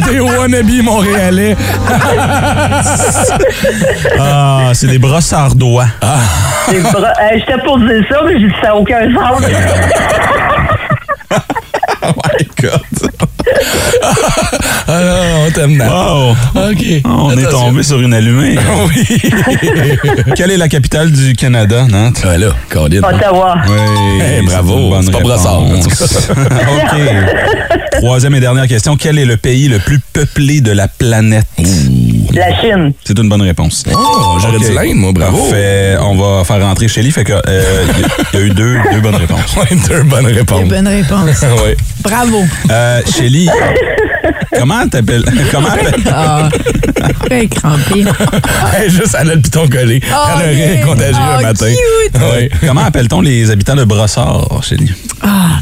Speaker 3: T'es wannabe montréalais.
Speaker 4: Ah, c'est des Brossardois.
Speaker 8: les bras. Euh, J'étais pour dire ça, mais j'ai dit ça n'a aucun sens.
Speaker 4: Oh my God.
Speaker 3: Ah non, on t'aime, Nat.
Speaker 4: Wow.
Speaker 3: OK.
Speaker 1: Ah,
Speaker 4: Ah, On est
Speaker 3: Attention.
Speaker 4: tombé sur une allumée.
Speaker 3: Oui.
Speaker 4: Quelle est la capitale du Canada, Nat?
Speaker 3: Ouais, là, Caroline.
Speaker 8: Ottawa.
Speaker 4: Oui,
Speaker 3: Hey, bravo. C'est pas Brassard, en tout
Speaker 4: OK. Troisième et dernière question. Quel est le pays le plus peuplé de la planète?
Speaker 8: La Chine.
Speaker 4: C'est une bonne réponse.
Speaker 3: Oh, j'aurais
Speaker 4: Ok.
Speaker 3: dit l'Inde, moi, bravo.
Speaker 4: Parfait. On va faire rentrer Shelly. Fait que, euh, il y a eu deux, deux bonnes réponses.
Speaker 3: Ouais, deux bonnes réponses.
Speaker 6: Bonne réponse.
Speaker 3: Ouais.
Speaker 6: Bravo!
Speaker 4: Euh, Shelly, comment t'appelles? Comment appelle-
Speaker 6: Ah, très crampé.
Speaker 3: Hey, juste, elle a le piton collé. elle a rien
Speaker 6: ok.
Speaker 3: contagieux
Speaker 6: Oh,
Speaker 3: un matin.
Speaker 6: cute.
Speaker 3: Ouais.
Speaker 4: Comment appelle-t-on les habitants de Brossard, Shelly?
Speaker 6: Ah,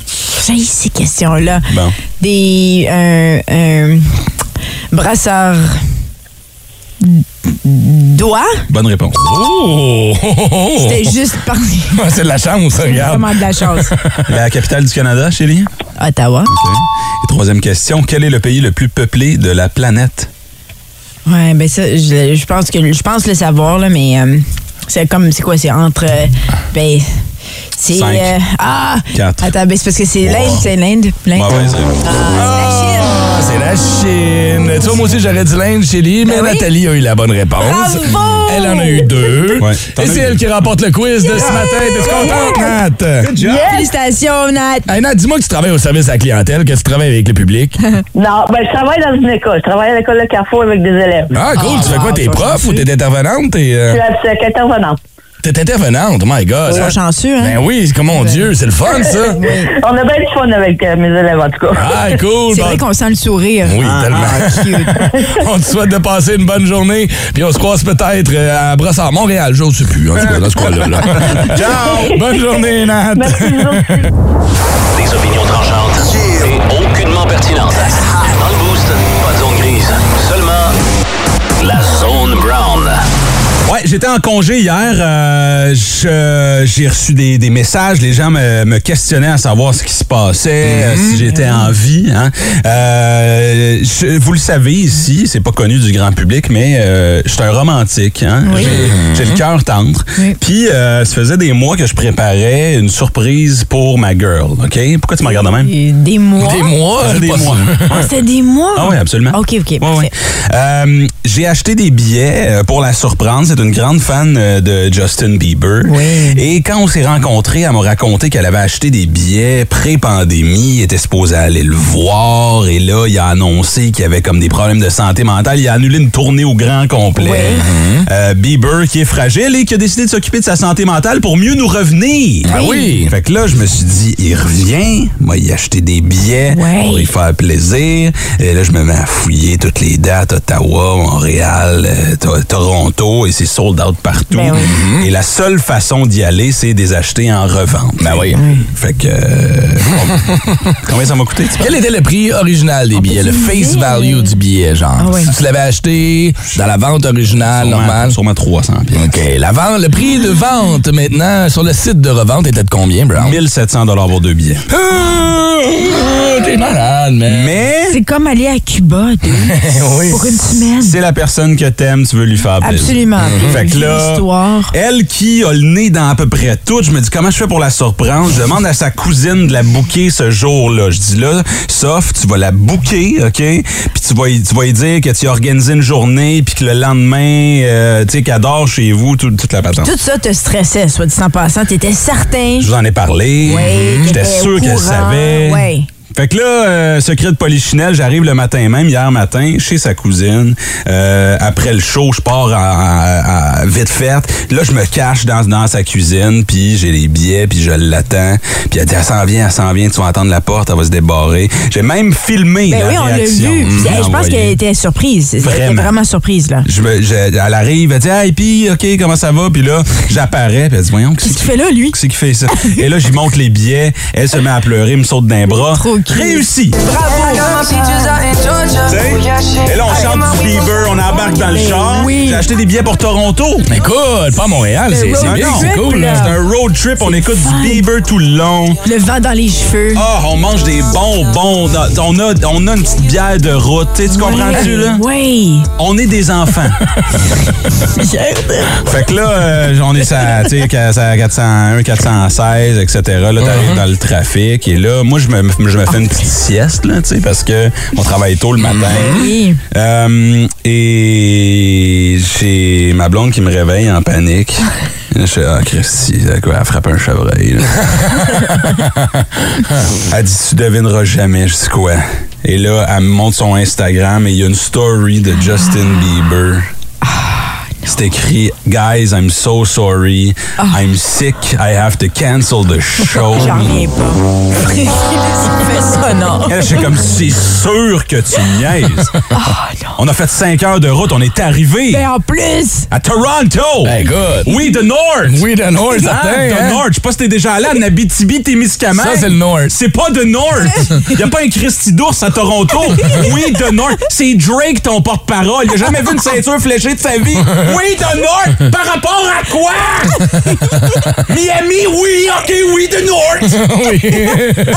Speaker 6: j'ai ces questions-là.
Speaker 4: Bon.
Speaker 6: Des. euh, Un. un brasseur. Doigt?
Speaker 4: Bonne réponse.
Speaker 3: Oh!
Speaker 6: C'était juste par.
Speaker 3: C'est de la chance, regarde.
Speaker 6: vraiment de la chance.
Speaker 4: La capitale du Canada, chérie?
Speaker 6: Ottawa.
Speaker 4: OK. Et troisième question, quel est le pays le plus peuplé de la planète?
Speaker 6: Ouais, ben ça, je, je pense que je pense le savoir, là, mais euh, c'est comme c'est quoi, c'est entre euh, ben c'est
Speaker 4: Cinq.
Speaker 6: euh, Ah!
Speaker 4: Quatre.
Speaker 6: Attends, ben c'est parce que c'est
Speaker 4: Trois.
Speaker 6: l'Inde, c'est l'Inde. L'Inde.
Speaker 4: Ouais, ouais, c'est-
Speaker 3: Ah, C'est la Chine. Tu vois, moi aussi, j'aurais dit l'Inde, Chili, mais
Speaker 6: Ben oui.
Speaker 3: Nathalie a eu la bonne réponse.
Speaker 6: Bravo!
Speaker 3: Elle en a eu deux.
Speaker 4: Ouais, t'en
Speaker 3: Et
Speaker 4: as
Speaker 3: c'est
Speaker 4: eu
Speaker 3: elle
Speaker 4: deux.
Speaker 3: qui remporte le quiz de ce matin. T'es contente, Nat?
Speaker 6: Félicitations, Nat!
Speaker 3: Hey, Nat, dis-moi que tu travailles au service à la clientèle, que tu travailles avec le public.
Speaker 8: Non, ben, je travaille dans une école. Je travaille à l'école de Carrefour avec des élèves.
Speaker 3: Ah, cool.
Speaker 6: Ah,
Speaker 3: tu fais quoi?
Speaker 6: wow,
Speaker 3: T'es
Speaker 6: ça,
Speaker 3: prof
Speaker 6: je
Speaker 3: ou
Speaker 6: sais.
Speaker 3: t'es intervenante? T'es, euh,
Speaker 8: Je suis avec intervenante.
Speaker 3: t'es intervenante. My God.
Speaker 6: Sois
Speaker 3: hein?
Speaker 6: chanceux, hein?
Speaker 3: Ben oui, c'est comme mon Dieu, c'est le fun, ça.
Speaker 8: On a bien du fun avec euh, mes élèves, en tout cas.
Speaker 3: Ah, cool.
Speaker 4: ben
Speaker 6: C'est
Speaker 3: Bon,
Speaker 6: vrai qu'on sent le sourire.
Speaker 3: Oui, tellement. on te souhaite de passer une bonne journée. Puis on se croise peut-être euh, à Brossard, Montréal. Je ne sais plus. En tout cas, dans ce coin-là. là. Ciao! Bonne journée, Nat.
Speaker 8: Merci, vous autres.
Speaker 1: Des opinions tranchantes et aucunement pertinentes. Dans le boost, pas de zone grise, seulement la zone brown.
Speaker 4: Ouais, j'étais en congé hier. euh, je- j'ai reçu des, des messages. Les gens me, me questionnaient à savoir ce qui se passait, euh, si j'étais en vie. hein. Euh, je- vous le savez ici, c'est pas connu du grand public, mais euh, je suis un romantique. hein. J'ai- J'ai le cœur tendre. Puis, euh, ça faisait des mois que je préparais une surprise pour ma girl. OK? Pourquoi tu me regardes de même?
Speaker 6: Et Des mois.
Speaker 3: Des mois,
Speaker 4: Ça fait
Speaker 3: pas
Speaker 4: des mois.
Speaker 3: sûr.
Speaker 6: Ah, C'était des mois.
Speaker 4: Ah oui, absolument.
Speaker 6: OK, OK.
Speaker 4: Ouais,
Speaker 6: parfait.
Speaker 4: ouais. Euh, J'ai acheté des billets euh, pour la surprendre. C'est une grande fan euh, de Justin Bieber.
Speaker 6: Oui.
Speaker 4: Et quand on s'est rencontrés, elle m'a raconté qu'elle avait acheté des billets pré-pandémie, était supposée aller le voir. Et là, il a annoncé qu'il y avait comme des problèmes de santé mentale. Il a annulé une tournée au grand complet. Euh, Bieber, qui est fragile et qui a décidé de s'occuper de sa santé mentale pour mieux nous revenir.
Speaker 3: Ah oui.
Speaker 4: Fait que là, je me suis dit, il revient, moi, il a acheté des billets
Speaker 6: Ouais.
Speaker 4: pour lui faire plaisir. Et là, je me mets à fouiller toutes les dates, Ottawa, Montréal, euh, To- Toronto, et c'est sold out partout. Mm-hmm.
Speaker 6: Ben oui.
Speaker 4: Et la seule façon d'y aller, c'est des acheter en revente. Ben oui. Fait que... euh, combien ça m'a coûté, tu penses?
Speaker 3: Quel était le prix original des billets? Le face value du billet, genre.
Speaker 6: Ah ouais.
Speaker 3: Si tu l'avais acheté dans la vente originale,
Speaker 4: Sûrement-
Speaker 3: normale.
Speaker 4: Sûrement 300 pièces.
Speaker 3: OK. La vente, le prix de vente maintenant sur le site de revente était de combien, Brown?
Speaker 4: 1700 pour deux billets.
Speaker 3: Ah, T'es malade, man.
Speaker 4: Mais...
Speaker 6: C'est comme aller à Cuba, dude.
Speaker 3: oui.
Speaker 6: Pour une semaine.
Speaker 4: C'est la personne que t'aimes, tu veux lui faire plaisir.
Speaker 6: Absolument.
Speaker 4: Mhm. Fait que
Speaker 6: Une
Speaker 4: là,
Speaker 6: histoire.
Speaker 4: elle qui a le nez dans à peu près tout, je me dis comment je fais pour la surprendre. Je demande à sa cousine de la bouquer ce jour-là. Je dis là, sauf tu vas la bouquer, ok. Puis tu vas y- tu vas lui dire que tu as organisé une journée, puis que le lendemain, euh, tu sais qu'elle dort chez vous, tout- toute la patente.
Speaker 6: Tout ça te stressait, soit dit en passant. T'étais certain.
Speaker 4: Je vous en ai parlé.
Speaker 6: Oui,
Speaker 4: J'étais
Speaker 6: qu'elle était
Speaker 4: sûr
Speaker 6: au
Speaker 4: qu'elle
Speaker 6: courant.
Speaker 4: savait.
Speaker 6: Oui.
Speaker 4: Fait que là, euh, secret de polichinelle, j'arrive le matin même, hier matin, chez sa cousine. Euh, après le show, je pars à, à- à- vite fait. Là, je me cache dans, dans sa cuisine, puis j'ai les billets, puis je l'attends. Puis elle dit, elle s'en vient, elle s'en vient, tu vas entendre la porte, elle va se débarrer. J'ai même filmé
Speaker 6: Ben
Speaker 4: la
Speaker 6: oui, on l'a
Speaker 4: réaction.
Speaker 6: vu. Puis, hey,
Speaker 4: Mmh.
Speaker 6: je pense
Speaker 4: Envoyé.
Speaker 6: qu'elle était surprise. Elle était
Speaker 4: Vraiment.
Speaker 6: vraiment surprise, là.
Speaker 4: Je me- je- elle arrive, elle dit Hey, puis, OK, comment ça va? Puis là, j'apparais, puis elle dit Voyons, qu'est-ce
Speaker 6: Qu'est-ce qu'il fait là, lui?
Speaker 4: Qu'est-ce qu'il fait ça? Et là, j'y monte les billets, elle se met à pleurer, me saute d'un bras.
Speaker 6: Trop cute.
Speaker 4: Réussi! T'sais? Et là, on
Speaker 6: Ah,
Speaker 4: chante du Bieber, on embarque dans le char. J'ai acheté des billets pour Toronto.
Speaker 3: Mais écoute, pas à Montréal, c'est c'est
Speaker 4: Non,
Speaker 3: bien,
Speaker 4: non.
Speaker 3: c'est cool.
Speaker 4: C'est
Speaker 3: là.
Speaker 4: un road trip, on écoute du Bieber tout le long.
Speaker 6: Le vent dans les cheveux.
Speaker 4: Ah, on mange des bonbons. On a, on a une petite bière de route. Tu sais, tu comprends-tu, là?
Speaker 6: Oui.
Speaker 4: On est des enfants. fait que là, euh, on est ça, tu sais, qu'à- ça, 401, 416, etc. Là, t'arrives
Speaker 3: Uh-huh.
Speaker 4: dans le trafic. Et là, moi, je me, je me fais une petite sieste, là, tu sais, parce que on travaille tôt le matin.
Speaker 6: Oui.
Speaker 4: Euh, et j'ai ma blonde qui me réveille en panique. Je suis ah, Christy, elle, quoi, elle frappe un chevreuil. là. elle dit, tu devineras jamais, je dis quoi. Et là, elle me montre son Instagram et il y a une story de Justin Bieber. c'est écrit Guys, I'm so sorry. I'm sick. I have to cancel the show.
Speaker 9: J'en reviens pas. Qu'est-ce qu'il fait ça, non?
Speaker 4: Elle, je suis comme, c'est sûr que tu niaises.
Speaker 6: Ah,
Speaker 4: On a fait 5 heures de route, on est arrivé
Speaker 9: Mais en plus!
Speaker 4: à Toronto.
Speaker 3: Ben, good.
Speaker 4: Oui, the North.
Speaker 3: Oui, the North,
Speaker 4: Hein,
Speaker 3: certain,
Speaker 4: the
Speaker 3: hein?
Speaker 4: North. Je sais pas si t'es déjà allé à Nabitibi, Témiscamingue.
Speaker 3: Ça, c'est le North.
Speaker 4: C'est pas The North. Il a pas un Christy d'ours à Toronto. Oui, The North. C'est Drake, ton porte-parole. Il a jamais vu une ceinture fléchée de sa vie. Oui, The North. Par rapport à quoi? Miami, oui. OK, oui, The North.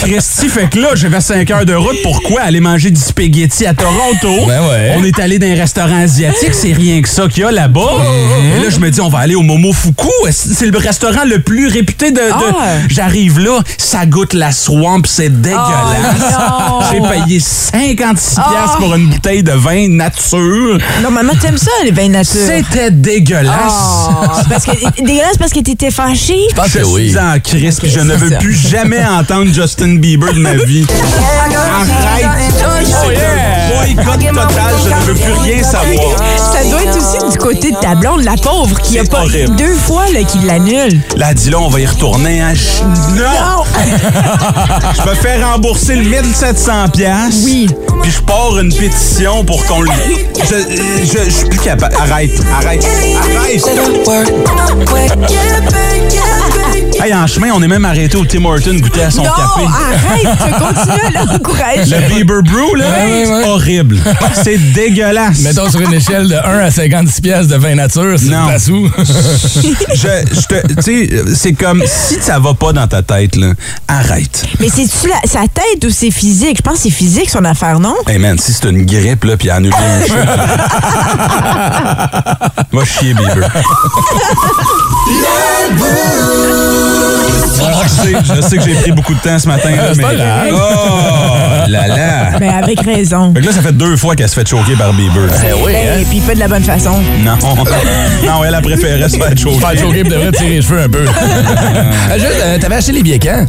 Speaker 4: Christy, fait que là, j'avais 5 heures de route. Pourquoi aller manger du spaghetti à Toronto?
Speaker 3: Ben ouais.
Speaker 4: On est allé dans un restaurant asiatique. C'est rien que ça qu'il y a là-bas.
Speaker 3: Mm-hmm.
Speaker 4: Et là, je me dis, on va aller au Momofuku. C'est le restaurant le plus réputé de... de-
Speaker 9: Ah. Oh,
Speaker 4: J'arrive là, ça goûte la swamp. C'est dégueulasse.
Speaker 9: non.
Speaker 4: J'ai payé 56
Speaker 9: Ah.
Speaker 4: piastres pour une bouteille de vin nature.
Speaker 9: Normalement, t'aimes ça, les vins nature.
Speaker 4: C'était dégueulasse.
Speaker 9: Ah, c'est parce que dégueulasse parce que t'étais fâché.
Speaker 3: Ah, Je pense
Speaker 4: Je
Speaker 3: que oui.
Speaker 4: suis en crise, puis je ne veux plus jamais entendre Justin Bieber de ma vie. Arrête! Boycott total, je ne veux plus rien savoir.
Speaker 9: Ça doit être aussi du côté de ta blonde, la pauvre, qui a
Speaker 4: C'est
Speaker 9: pas
Speaker 4: horrible.
Speaker 9: deux fois là, qui l'annule.
Speaker 4: Là, dis-là, on va y retourner. Hein? Ch- Non! je me fais rembourser le 1700 pièces.
Speaker 9: Oui.
Speaker 4: Puis je pars une pétition pour qu'on le... Je, je, je suis plus capable. Arrête, arrête, arrête! Hey, en chemin, on est même arrêté au Tim Horton goûter à son
Speaker 9: non,
Speaker 4: café.
Speaker 9: arrête, tu continues à l'encourager.
Speaker 4: Le Bieber Brew, là,
Speaker 3: Ouais, ouais,
Speaker 4: c'est
Speaker 3: ouais.
Speaker 4: horrible. C'est dégueulasse.
Speaker 3: Mettons sur une échelle de 1 à 56 pièces de vin nature, c'est
Speaker 4: Non.
Speaker 3: pas sous.
Speaker 4: Je, je te, tu sais, c'est comme si ça va pas dans ta tête, là, arrête.
Speaker 9: Mais c'est-tu la- sa tête ou c'est physique? Je pense que c'est physique son affaire, non?
Speaker 4: Hey man, si c'est une grippe, là, puis elle annule un chat. Va chier, Bieber. Je sais, je sais que j'ai pris beaucoup de temps ce matin. là,
Speaker 3: C'est
Speaker 4: mais...
Speaker 3: pas grave.
Speaker 4: Oh là là.
Speaker 9: Ben, avec raison.
Speaker 4: Fait que là, ça fait deux fois qu'elle se fait choquer par Bieber.
Speaker 3: Ben hein?
Speaker 9: Et puis pas de la bonne façon.
Speaker 4: Non. Non, elle a préféré se faire choquer.
Speaker 3: Faire choquer pour devrait tirer les cheveux un peu. Ah, Juste, euh, t'avais acheté les billets quand?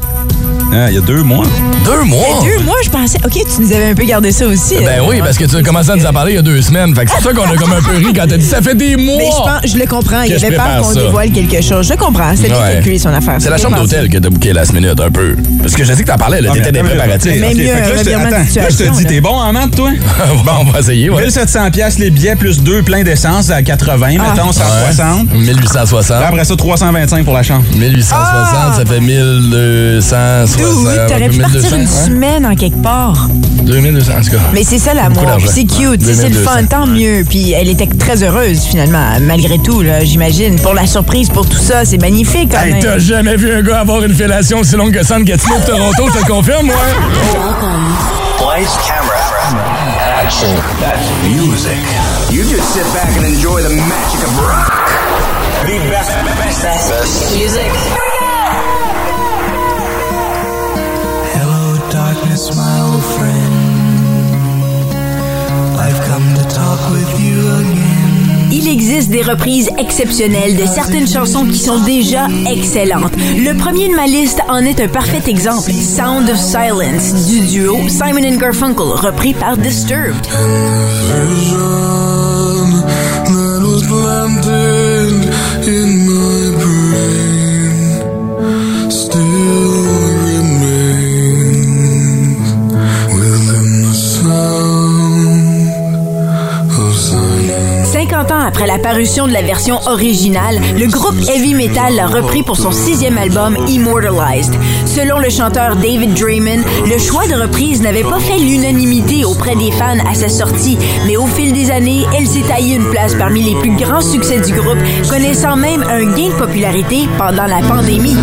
Speaker 4: Ah, il y a deux mois.
Speaker 3: Deux mois!
Speaker 9: Deux, moi, je pensais, OK, tu nous avais un peu gardé ça aussi.
Speaker 3: Oh,
Speaker 9: hein.
Speaker 3: Ben oui, parce que tu as commencé à nous en parler il y a deux semaines. Fait que c'est pour ça qu'on a comme un peu ri quand t'as dit ça fait des mois.
Speaker 9: Mais je pense, je le comprends. Il
Speaker 3: Oh! Que je
Speaker 9: avait
Speaker 3: prépare
Speaker 9: peur qu'on
Speaker 3: ça.
Speaker 9: dévoile quelque chose. Je comprends. C'est lui
Speaker 3: Ouais.
Speaker 9: qui a calculé son affaire.
Speaker 3: C'est la chambre d'hôtel que t'as bouqué la minute un peu. Parce que je sais que t'en parlais, là,
Speaker 4: Ah, mais
Speaker 3: t'étais des
Speaker 4: attends,
Speaker 3: préparatifs.
Speaker 4: ok,
Speaker 9: Mais
Speaker 4: ok,
Speaker 9: mieux,
Speaker 4: fait que là, je te-
Speaker 9: revirement de
Speaker 4: attends, là, je te
Speaker 9: situation,
Speaker 4: dis,
Speaker 9: là.
Speaker 4: t'es bon en maths, toi?
Speaker 3: bon, on va essayer, ouais.
Speaker 4: 1700 pièces les billets plus deux pleins d'essence à 80,
Speaker 9: Ah.
Speaker 4: mettons 160.
Speaker 3: 1860.
Speaker 4: Après ça 325 pour la chambre.
Speaker 3: 1860, ça fait 1260.
Speaker 9: D'où oui, t'aurais pu partir
Speaker 3: 1200,
Speaker 9: une
Speaker 3: ouais.
Speaker 9: semaine en quelque part.
Speaker 3: 2200, en tout cas.
Speaker 9: Mais c'est ça l'amour.
Speaker 3: Beaucoup
Speaker 9: Puis C'est
Speaker 3: d'argent.
Speaker 9: cute,
Speaker 3: Ouais.
Speaker 9: c'est le fun,
Speaker 3: 2200.
Speaker 9: tant mieux. Puis elle était très heureuse finalement, malgré tout, là, j'imagine. Pour la surprise, pour tout ça, c'est magnifique quand
Speaker 3: Hey,
Speaker 9: même.
Speaker 3: t'as jamais vu un gars avoir une fellation aussi longue que ça de Gatineau de Toronto, je te le confirme, moi.
Speaker 7: Lights, camera, action. That's music. You just sit back and enjoy the magic of rock. The best, best, best, best music.
Speaker 10: Hello, darkness, my old friend. I've come to talk with you again.
Speaker 6: Il existe des reprises exceptionnelles de certaines chansons qui sont déjà excellentes. Le premier de ma liste en est un parfait exemple. Sound of Silence du duo Simon and Garfunkel, repris par Disturbed.
Speaker 10: Vision that was planted in my brain still remains within the sound of silence.
Speaker 6: 50 ans après la parution de la version originale, le groupe Heavy Metal l'a repris pour son sixième album Immortalized. Selon le chanteur David Draymond, le choix de reprise n'avait pas fait l'unanimité auprès des fans à sa sortie, mais au fil des années, elle s'est taillée une place parmi les plus grands succès du groupe, connaissant même un gain de popularité pendant la pandémie.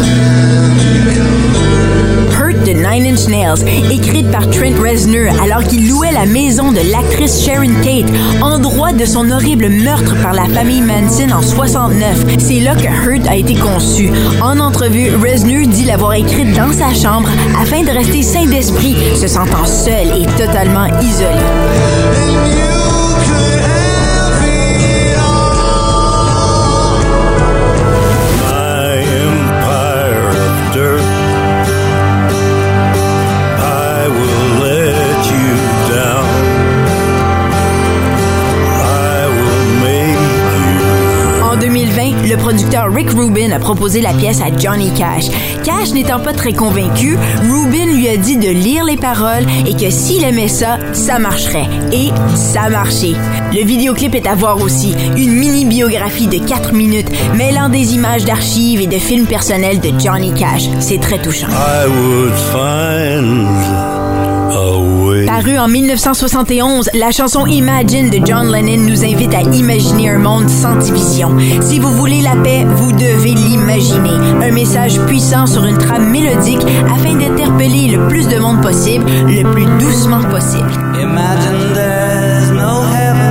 Speaker 6: Hurt de Nine Inch Nails, écrite par Trent Reznor alors qu'il louait la maison de l'actrice Sharon Tate, endroit de son horrible meurtre par la famille Manson en 69. C'est là que Hurt a été conçu. En entrevue, Reznor dit l'avoir écrite dans sa chambre afin de rester sain d'esprit, se sentant seul et totalement isolé.
Speaker 10: My empire of dirt. I will let you down. I will
Speaker 6: proposé la pièce à Johnny Cash. Cash n'étant pas très convaincu, Rubin lui a dit de lire les paroles et que s'il aimait ça, ça marcherait. Et ça a marché. Le vidéoclip est à voir aussi, une mini-biographie de 4 minutes mêlant des images d'archives et de films personnels de Johnny Cash. C'est très touchant.
Speaker 11: I would find a way.
Speaker 6: Paru en 1971, la chanson Imagine de John Lennon nous invite à imaginer un monde sans division. Si vous voulez la paix, vous devez l'imaginer. Un message puissant sur une trame mélodique afin d'interpeller le plus de monde possible, le plus doucement possible.
Speaker 7: Imagine there's no heaven.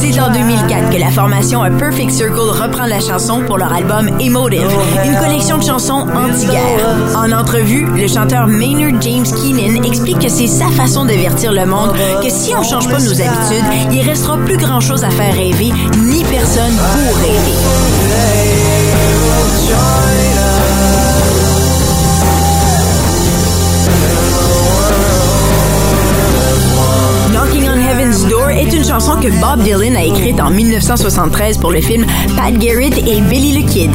Speaker 6: C'est en 2004 que la formation A Perfect Circle reprend la chanson pour leur album Emotive, une collection de chansons anti-guerre. En entrevue, le chanteur Maynard James Keenan explique que c'est sa façon d'avertir le monde que si on change pas nos habitudes, il restera plus grand-chose à faire rêver, ni personne pour rêver. Knocking on Heaven's Door est une chanson que Bob Dylan a écrite en 1973 pour le film Pat Garrett et Billy le Kid.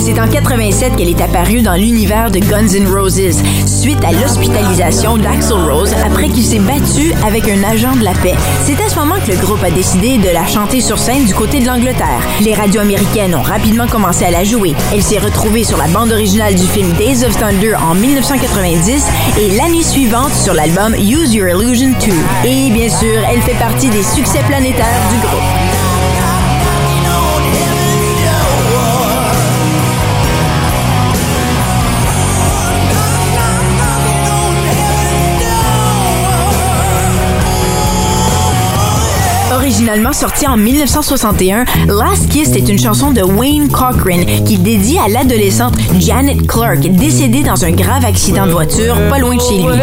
Speaker 6: C'est en 87 qu'elle est apparue dans l'univers de Guns N' Roses suite à l'hospitalisation d'Axl Rose après qu'il s'est battu avec un agent de la paix. C'est à ce moment que le groupe a décidé de la chanter sur scène du côté de l'Angleterre. Les radios américaines ont rapidement commencé à la jouer. Elle s'est retrouvée sur la bande originale du film Days of Thunder en 1990 et l'année suivante sur l'album Use Your Illusion 2. Et bien sûr, elle fait partie des succès planétaires du groupe. Originalement sortie en 1961, Last Kiss est une chanson de Wayne Cochran qu'il dédie à l'adolescente Janet Clark, décédée dans un grave accident de voiture pas loin de chez lui.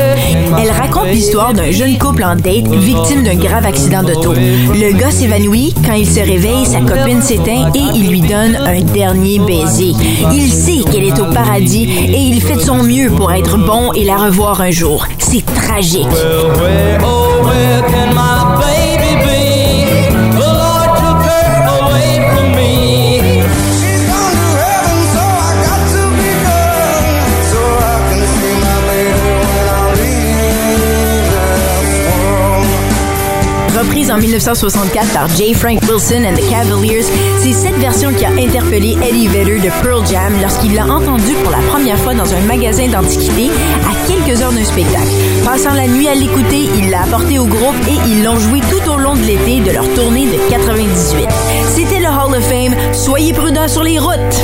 Speaker 6: Elle raconte l'histoire d'un jeune couple en date victime d'un grave accident d'auto. Le gars s'évanouit, quand il se réveille, sa copine s'éteint et il lui donne un dernier baiser. Il sait qu'elle est au paradis et il fait de son mieux pour être bon et la revoir un jour. C'est tragique.
Speaker 7: Oh, where can my baby be? The Lord took her away from me. She's gone to heaven, so I got to be good. So I can see my baby when I leave this world.
Speaker 6: Reprise en 1964 par J. Frank Wilson and the Cavaliers, c'est cette version qui a interpellé Eddie Vedder de Pearl Jam lorsqu'il l'a entendue pour la première fois dans un magasin d'antiquités à quelques heures d'un spectacle. Passant la nuit à l'écouter, il l'a apportée au groupe et ils l'ont jouée tout au long de l'été de leur tournée de 98. C'était le Hall of Fame. Soyez prudents sur les routes!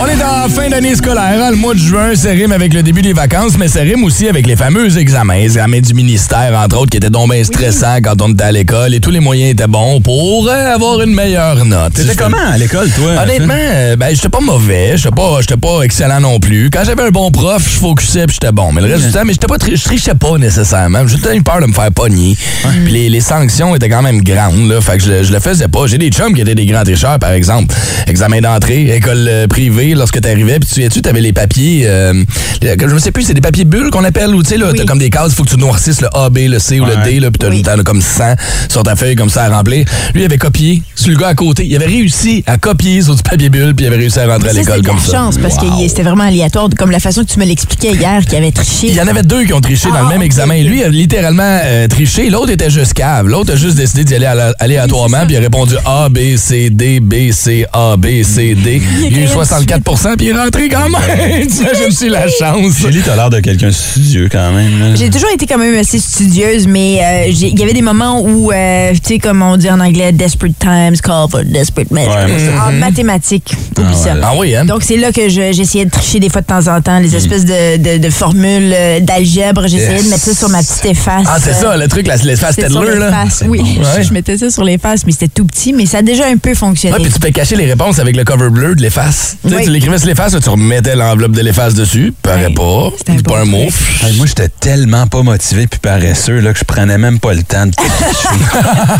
Speaker 3: On est en fin d'année scolaire, hein, le mois de juin, ça rime avec le début des vacances, mais ça rime aussi avec les fameux examens, les examens du ministère, entre autres, qui étaient donc bien stressants quand on était à l'école et tous les moyens étaient bons pour euh, avoir une meilleure note.
Speaker 4: T'étais comment à l'école, toi?
Speaker 3: Honnêtement, euh, ben, j'étais pas mauvais, j'étais pas, j'étais pas excellent non plus. Quand j'avais un bon prof, je focusais puis j'étais bon. Mais le reste du temps, mais j'étais pas, tri- je trichais pas nécessairement. J'étais eu peur de me faire pogner. Puis les, les sanctions étaient quand même grandes, là. Fait que je, le- je le faisais pas. J'ai des chums qui étaient des grands tricheurs, par exemple. Examen d'entrée, école euh, privée, lorsque t'arrivais, puis tu souviens-tu, t'avais les papiers, euh, les- je sais plus, c'est des papiers bulles qu'on appelle, ou tu sais, là, t'as comme des cases, faut que tu noircisses le A, B, le C ou le D, là, puis t'as- t'en as comme 100 sur ta feuille comme ça à remplir. Lui, il avait copié sur le gars à côté. Il avait réussi à copier sur du papier bulle, puis il avait réussi à rentrer à
Speaker 12: Ça, c'est
Speaker 3: l'école
Speaker 12: de la
Speaker 3: comme ça.
Speaker 12: chance parce que y- c'était vraiment aléatoire, comme la façon que tu me l'expliquais hier, qu'il avait triché.
Speaker 3: Il y en avait deux qui ont triché
Speaker 12: Ah,
Speaker 3: dans le même examen. Lui a littéralement euh, triché. L'autre était juste cave. L'autre a juste décidé d'y aller à la- aléatoirement, puis il a répondu A, B, C, D, B, C, A, B, C, D. Il a eu 64 puis il est rentré quand même. T'imagines si la chance.
Speaker 4: Julie, t'as l'air de quelqu'un studieux quand même. là.
Speaker 12: J'ai toujours été quand même assez studieuse, mais euh, j'ai- il y avait des moments où, euh, tu sais, comme on dit en anglais, desperate times call for desperate measures.
Speaker 3: Ouais, moi, c'est-
Speaker 12: en mathématiques, oublie
Speaker 3: Ah,
Speaker 12: ça.
Speaker 3: ouais. Ah oui, hein?
Speaker 12: Donc, c'est là que je- j'essayais de tricher des fois de temps en temps, les espèces de, de- de formules euh, d'algèbre. J'essayais
Speaker 3: Yes.
Speaker 12: de mettre ça sur ma petite efface.
Speaker 3: Ah, c'est ça, le truc, la- l'efface
Speaker 12: C'était sur
Speaker 3: Tedler, là.
Speaker 12: l'efface, Oui,
Speaker 3: Ouais.
Speaker 12: je, je mettais ça sur les faces, mais c'était tout petit, mais ça a déjà un peu fonctionné.
Speaker 3: Ouais, puis tu peux cacher les réponses avec le cover bleu de l'efface. Tu sais,
Speaker 12: Ouais,
Speaker 3: tu l'écrivais sur l'efface, là, tu remettais l'enveloppe de l'efface dessus, paraît pas, dis pas un mot.
Speaker 4: Hey, moi, j'étais tellement pas motivé puis paresseux là, que je prenais même pas le temps de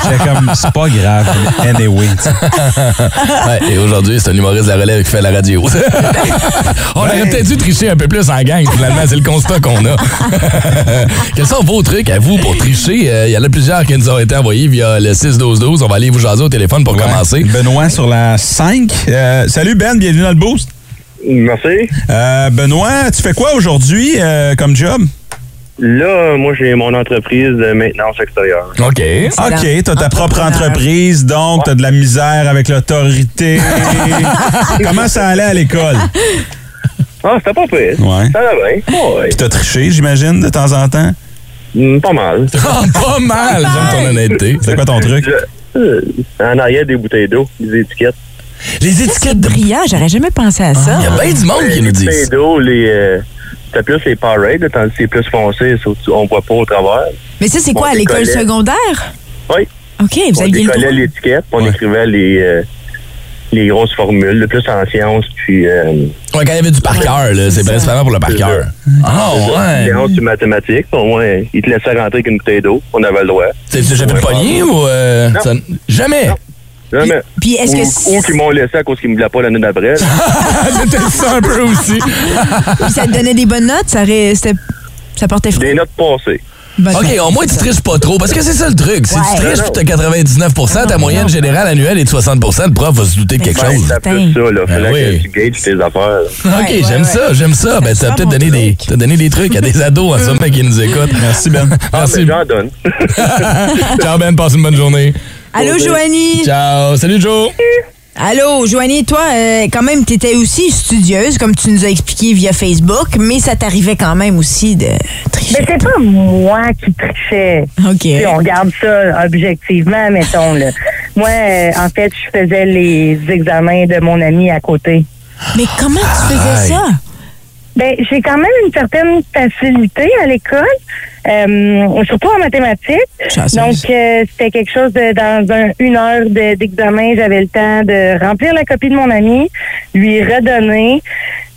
Speaker 4: J'étais comme, c'est pas grave, anyway. tu sais.
Speaker 3: Ouais, et aujourd'hui, c'est un humoriste de la relève qui fait la radio. on aurait peut-être dû tricher un peu plus en gang, finalement. C'est le constat qu'on a. Quels sont vos trucs à vous pour tricher? Euh, Il y en a plusieurs qui nous ont été envoyés via le 6-12-12. On va aller vous jaser au téléphone pour commencer.
Speaker 4: Benoît sur la 5. Euh, salut Ben, bienvenue dans le boost. Euh,
Speaker 11: Merci.
Speaker 4: Benoît, tu fais quoi aujourd'hui euh, comme job?
Speaker 11: Là, moi, j'ai mon entreprise de maintenance extérieure.
Speaker 3: OK.
Speaker 4: OK, t'as ta propre entreprise, donc t'as de la misère avec l'autorité. Comment ça allait à l'école?
Speaker 11: Ah, c'était pas pire.
Speaker 4: Ouais.
Speaker 11: Ça va bien. Ah, Ouais. Mm,
Speaker 4: Puis t'as triché, j'imagine, de temps en temps?
Speaker 11: pas mal.
Speaker 3: pas mal! J'aime ton honnêteté.
Speaker 4: C'est quoi ton truc?
Speaker 11: Euh, en arrière des bouteilles d'eau, des étiquettes.
Speaker 3: Les
Speaker 6: étiquettes de brillant, j'aurais jamais pensé
Speaker 3: Ah.
Speaker 6: à ça.
Speaker 11: Les bouteilles d'eau, les. euh, C'était plus les parades, là, tandis que c'est plus foncé, ça, tu- on voit pas au travers.
Speaker 6: Mais ça, c'est
Speaker 11: On
Speaker 6: quoi, à l'école
Speaker 11: décollait-
Speaker 6: secondaire?
Speaker 11: Oui.
Speaker 6: OK, vous
Speaker 11: On
Speaker 6: aviez le
Speaker 11: décollait
Speaker 6: droit.
Speaker 11: l'étiquette, puis on écrivait les, euh, les grosses formules, le plus en sciences, puis. euh,
Speaker 3: Ouais, quand il y avait du par cœur, là, c'est principalement pour le par cœur. Ah, ouais!
Speaker 11: Séance sur mathématiques, au moins, ils te laissaient rentrer avec une bouteille d'eau, on avait le droit.
Speaker 3: T'as déjà fait pogner ou. euh,
Speaker 11: Non.
Speaker 3: ça- Jamais!
Speaker 11: Jamais.
Speaker 6: Puis est-ce
Speaker 11: ou,
Speaker 6: que si-
Speaker 11: Ou qu'ils m'ont laissé à cause qu'ils me voulaient pas l'année d'après.
Speaker 3: C'était ça un peu aussi.
Speaker 6: Puis ça te donnait des bonnes notes? Ça, ré- c'était- ça portait fruit?
Speaker 11: Des notes passées.
Speaker 6: Bonne
Speaker 3: OK,
Speaker 6: note.
Speaker 3: au moins, tu triches pas trop. Parce que c'est ça le truc. Si
Speaker 6: Ouais.
Speaker 3: tu triches, puis t'as 99 ta moyenne générale annuelle est de 60 le prof Ah, va se douter de quelque
Speaker 11: Ouais,
Speaker 3: chose.
Speaker 11: c'était plus ça, là.
Speaker 3: Ben
Speaker 11: Fallait
Speaker 3: oui.
Speaker 11: que tu gages tes affaires.
Speaker 3: OK,
Speaker 11: Ouais,
Speaker 3: j'aime
Speaker 11: ouais,
Speaker 3: ça, j'aime ça. Ben, t'as peut-être donné des, t'as donné des trucs à des ados en ce moment qui nous écoutent. Merci, Ben. Merci.
Speaker 11: J'en donne.
Speaker 3: Ciao, Ben. Passe une bonne journée.
Speaker 6: Allô, Joanie?
Speaker 3: Ciao. Salut, Joe.
Speaker 6: Allô, Joanie, toi, euh, quand même, t'étais aussi studieuse, comme tu nous as expliqué via Facebook, mais ça t'arrivait quand même aussi de tricher.
Speaker 8: Mais c'est pas moi qui trichais.
Speaker 6: OK.
Speaker 8: Si on regarde ça objectivement, mettons. Là. Moi, euh, en fait, je faisais les examens de mon ami à côté.
Speaker 6: Mais comment tu faisais ça?
Speaker 8: Ben, j'ai quand même une certaine facilité à l'école, euh, surtout en mathématiques.
Speaker 6: Chanceuse.
Speaker 8: Donc, euh, c'était quelque chose de, dans un- une heure de- d'examen, j'avais le temps de remplir la copie de mon ami, lui redonner.